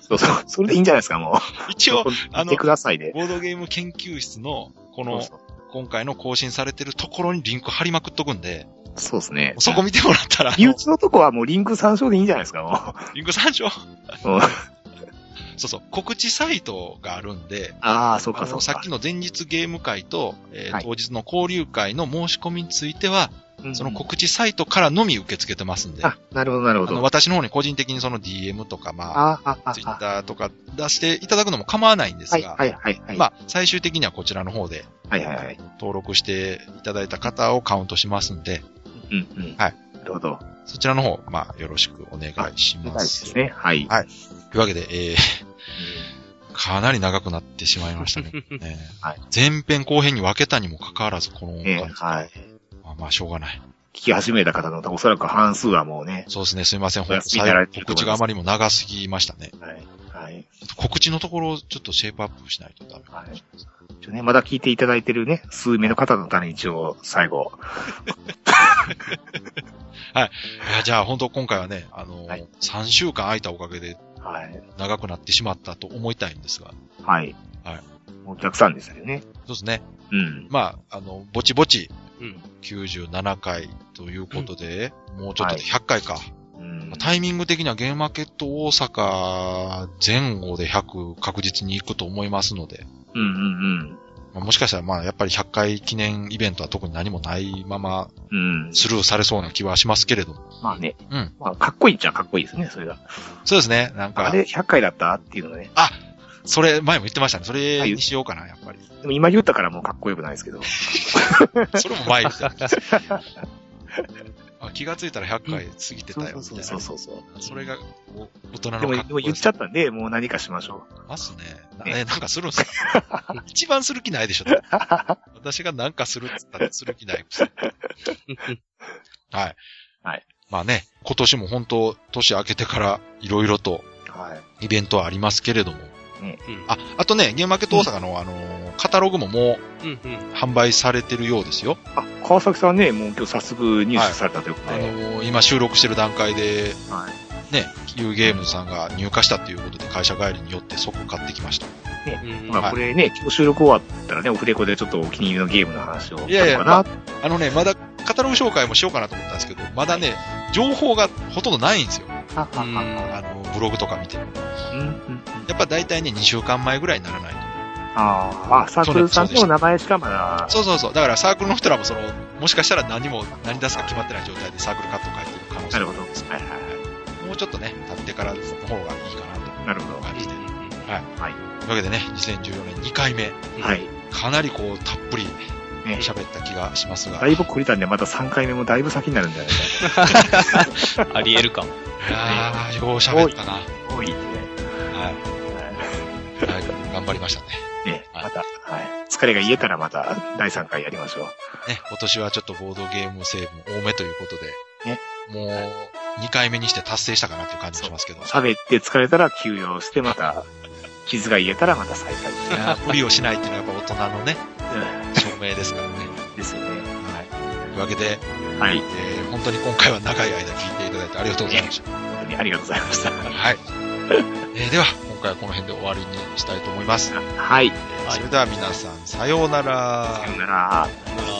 [SPEAKER 2] そうそう。それでいいんじゃないですか、もう。
[SPEAKER 1] 一応、あの
[SPEAKER 2] 見てくださいで。
[SPEAKER 1] ボードゲーム研究室の、この
[SPEAKER 2] そう、そう
[SPEAKER 1] 今回の更新されてるところにリンク貼りまくっとくんで、
[SPEAKER 2] そうですね。
[SPEAKER 1] そこ見てもらったら、
[SPEAKER 2] 身内のとこはもうリンク参照でいいんじゃないですか、
[SPEAKER 1] リンク参照
[SPEAKER 2] もう。うん
[SPEAKER 1] そうそう、告知サイトがあるんで、
[SPEAKER 2] ああ、そう
[SPEAKER 1] あ
[SPEAKER 2] か、そう
[SPEAKER 1] の、さっ
[SPEAKER 2] か
[SPEAKER 1] き。の前日ゲーム会と、えー
[SPEAKER 2] はい
[SPEAKER 1] 当日の交流会の申し込みについては、
[SPEAKER 2] うん
[SPEAKER 1] その告知サイトからのみ受け付けてますんで、あ
[SPEAKER 2] あ、なるほど、なるほ
[SPEAKER 1] の、
[SPEAKER 2] ど。
[SPEAKER 1] 私の方に個人的にその DM とか、まあ、
[SPEAKER 2] ああ、ああ、
[SPEAKER 1] ツイッ
[SPEAKER 2] あ
[SPEAKER 1] ターとか出していただくのも構わないんです
[SPEAKER 2] はい、
[SPEAKER 1] が、
[SPEAKER 2] はい、はい、はい。
[SPEAKER 1] まあ、最終的にはこちらの方で
[SPEAKER 2] はい、はい、はい。
[SPEAKER 1] 登録していただいた方をカウントしますんで、
[SPEAKER 2] うん、うん。
[SPEAKER 1] はい。
[SPEAKER 2] なるほど。
[SPEAKER 1] そちらの方、まあ、よろしくお願いしま。
[SPEAKER 2] みたいですすね。はい。
[SPEAKER 1] はいというわけで、えー、かなり長くなってしまいました ね。ね
[SPEAKER 2] はい
[SPEAKER 1] 前編後編に分けたにもかかわらず、この
[SPEAKER 2] う
[SPEAKER 1] 音
[SPEAKER 2] ん
[SPEAKER 1] 楽、
[SPEAKER 2] ね、はい。
[SPEAKER 1] まあ、まあ、しょうがない。
[SPEAKER 2] 聞き始めた方のおそらく半数はもうね、
[SPEAKER 1] そうですね、すいません。
[SPEAKER 2] お休みになられてると
[SPEAKER 1] 告
[SPEAKER 2] 思
[SPEAKER 1] 知
[SPEAKER 2] います
[SPEAKER 1] があまりにも長すぎましたね。
[SPEAKER 2] はい。はい。
[SPEAKER 1] ちょっと告知のところをちょっとシェイプアップしないとダメか
[SPEAKER 2] はい。一応ね、まだ聞いていただいてるね、数名の方のために一応、最後。
[SPEAKER 1] いや、じゃあ本当今回はね、あのー、
[SPEAKER 2] はい
[SPEAKER 1] 3週間空いたおかげで
[SPEAKER 2] はい。
[SPEAKER 1] 長くなってしまったと思いたいんですが、
[SPEAKER 2] はい。
[SPEAKER 1] はい。
[SPEAKER 2] お客さんですよね。
[SPEAKER 1] そうですね。
[SPEAKER 2] うん。
[SPEAKER 1] まあ、あの、ぼちぼち
[SPEAKER 3] うん。
[SPEAKER 1] 97回ということで、もうちょっとで100回か。
[SPEAKER 2] うん。
[SPEAKER 1] タイミング的にはゲームマーケット大阪前後で100確実に行くと思いますので、
[SPEAKER 2] うんうん
[SPEAKER 1] まあもしかしたらまあやっぱり100回記念イベントは特に何もないまま
[SPEAKER 2] うん。うん。
[SPEAKER 1] スルーされそうな気はしますけれど。
[SPEAKER 2] まあね。
[SPEAKER 1] うん。
[SPEAKER 2] まあ、かっこいいっちゃかっこいいですね、それが。
[SPEAKER 1] そうですね。なん
[SPEAKER 2] あ
[SPEAKER 1] か、
[SPEAKER 2] れ、100回だったっていうのね。
[SPEAKER 1] それ前も言ってましたね。それにしようかな、やっぱ り。
[SPEAKER 2] でも今言ったからもうかっこよくないですけど。
[SPEAKER 1] それも前に言ってた あ気がついたら100回過ぎてたよ、みたいな。
[SPEAKER 2] そうそうそうそう。
[SPEAKER 1] それが、こう大人の
[SPEAKER 2] でも、
[SPEAKER 1] か
[SPEAKER 2] で
[SPEAKER 1] っ
[SPEAKER 2] も
[SPEAKER 1] こ
[SPEAKER 2] 言
[SPEAKER 1] よ
[SPEAKER 2] っちゃ
[SPEAKER 1] さ
[SPEAKER 2] ったんで、もう何かしましょ
[SPEAKER 1] ますね。
[SPEAKER 2] ね
[SPEAKER 1] え、なんかするんすか 一番する気 ないでしょ。だって私がなんかするって言ったらする気ない。はい。
[SPEAKER 2] はい。
[SPEAKER 1] まあね、今年も本当、年明けてからいろいろと
[SPEAKER 2] う。はい。
[SPEAKER 1] イベントはありますけれども。
[SPEAKER 3] うん
[SPEAKER 1] あ、あとね、ゲームマーケット大阪の、あのー、カタログもも
[SPEAKER 3] うんうん
[SPEAKER 1] う販売されてるようですよ。
[SPEAKER 2] あ、川崎さんね、もう今日早速入手されたということ
[SPEAKER 1] あ
[SPEAKER 2] で。はい。
[SPEAKER 1] のー、今収録してる段階で、
[SPEAKER 2] はい
[SPEAKER 1] ね、U ゲームズさんが入荷したということで会社帰りによって即買ってきました。
[SPEAKER 3] うん。
[SPEAKER 2] まあ、これね、今日収録終わったらね、オフレコでちょっとお気に入りのゲームの話を。
[SPEAKER 1] いやいや
[SPEAKER 2] かな。
[SPEAKER 1] あのね、まだカタログ紹介もしようかなと思ったんですけど、まだね、情報がほとんどないんですよ。
[SPEAKER 2] あああ
[SPEAKER 1] あの、ブログとか見ても。
[SPEAKER 2] うんうんうん
[SPEAKER 1] やっぱ大体ね、2週間前ぐらいにならない
[SPEAKER 2] あーあ、サークルさんとの名前しかまだ
[SPEAKER 1] と。、そうそうそう。だからサークルの人らもその、もしかしたら何も、何出すか決まってない状態でサークルカットを書いてる可能性
[SPEAKER 2] なる
[SPEAKER 1] もあ
[SPEAKER 2] ほ
[SPEAKER 1] る
[SPEAKER 2] ど。はい
[SPEAKER 1] んですけ
[SPEAKER 2] はい
[SPEAKER 1] どもうちょっとね、経ってからの方がいいかなと
[SPEAKER 2] はい。なるほど。
[SPEAKER 1] 感じて。
[SPEAKER 2] はい。
[SPEAKER 1] というわけでね、2014年2回目、
[SPEAKER 2] はい。
[SPEAKER 1] かなりこう、たっぷり
[SPEAKER 2] ね、
[SPEAKER 1] 喋った気がしますが、
[SPEAKER 2] だいぶ懲りたんで、また3回目もだいぶ先になるんじゃないか
[SPEAKER 3] ありえるかも。
[SPEAKER 1] いやー、よう喋ったな。は
[SPEAKER 2] な。多いね。
[SPEAKER 1] い。はい、頑張りましたね。
[SPEAKER 2] ね、
[SPEAKER 1] はい
[SPEAKER 2] また、はい。疲れが癒えたらまた第3回やりましょう。
[SPEAKER 1] ね、今年はちょっとボードゲーム成分多めということで、
[SPEAKER 2] ね
[SPEAKER 1] もう、2回目にして達成したかなという感じしますけど、
[SPEAKER 2] 喋って疲れたら休養して、また、傷が癒えたらまた再開。
[SPEAKER 1] いやー無理をしないっていうのはやっぱ大人のね、証明ですからね。
[SPEAKER 2] ですよね。
[SPEAKER 1] はい。というわけで、
[SPEAKER 2] はい
[SPEAKER 1] え。ー本当に今回は長い間聞いていただいてありがとうございました。
[SPEAKER 2] 本当にありがとうございました。
[SPEAKER 1] はい。えーでは、今回はこの辺で終わりにしたいと思います。
[SPEAKER 2] はい。
[SPEAKER 1] それでは皆さん、さようなら
[SPEAKER 2] さようなら。
[SPEAKER 3] あー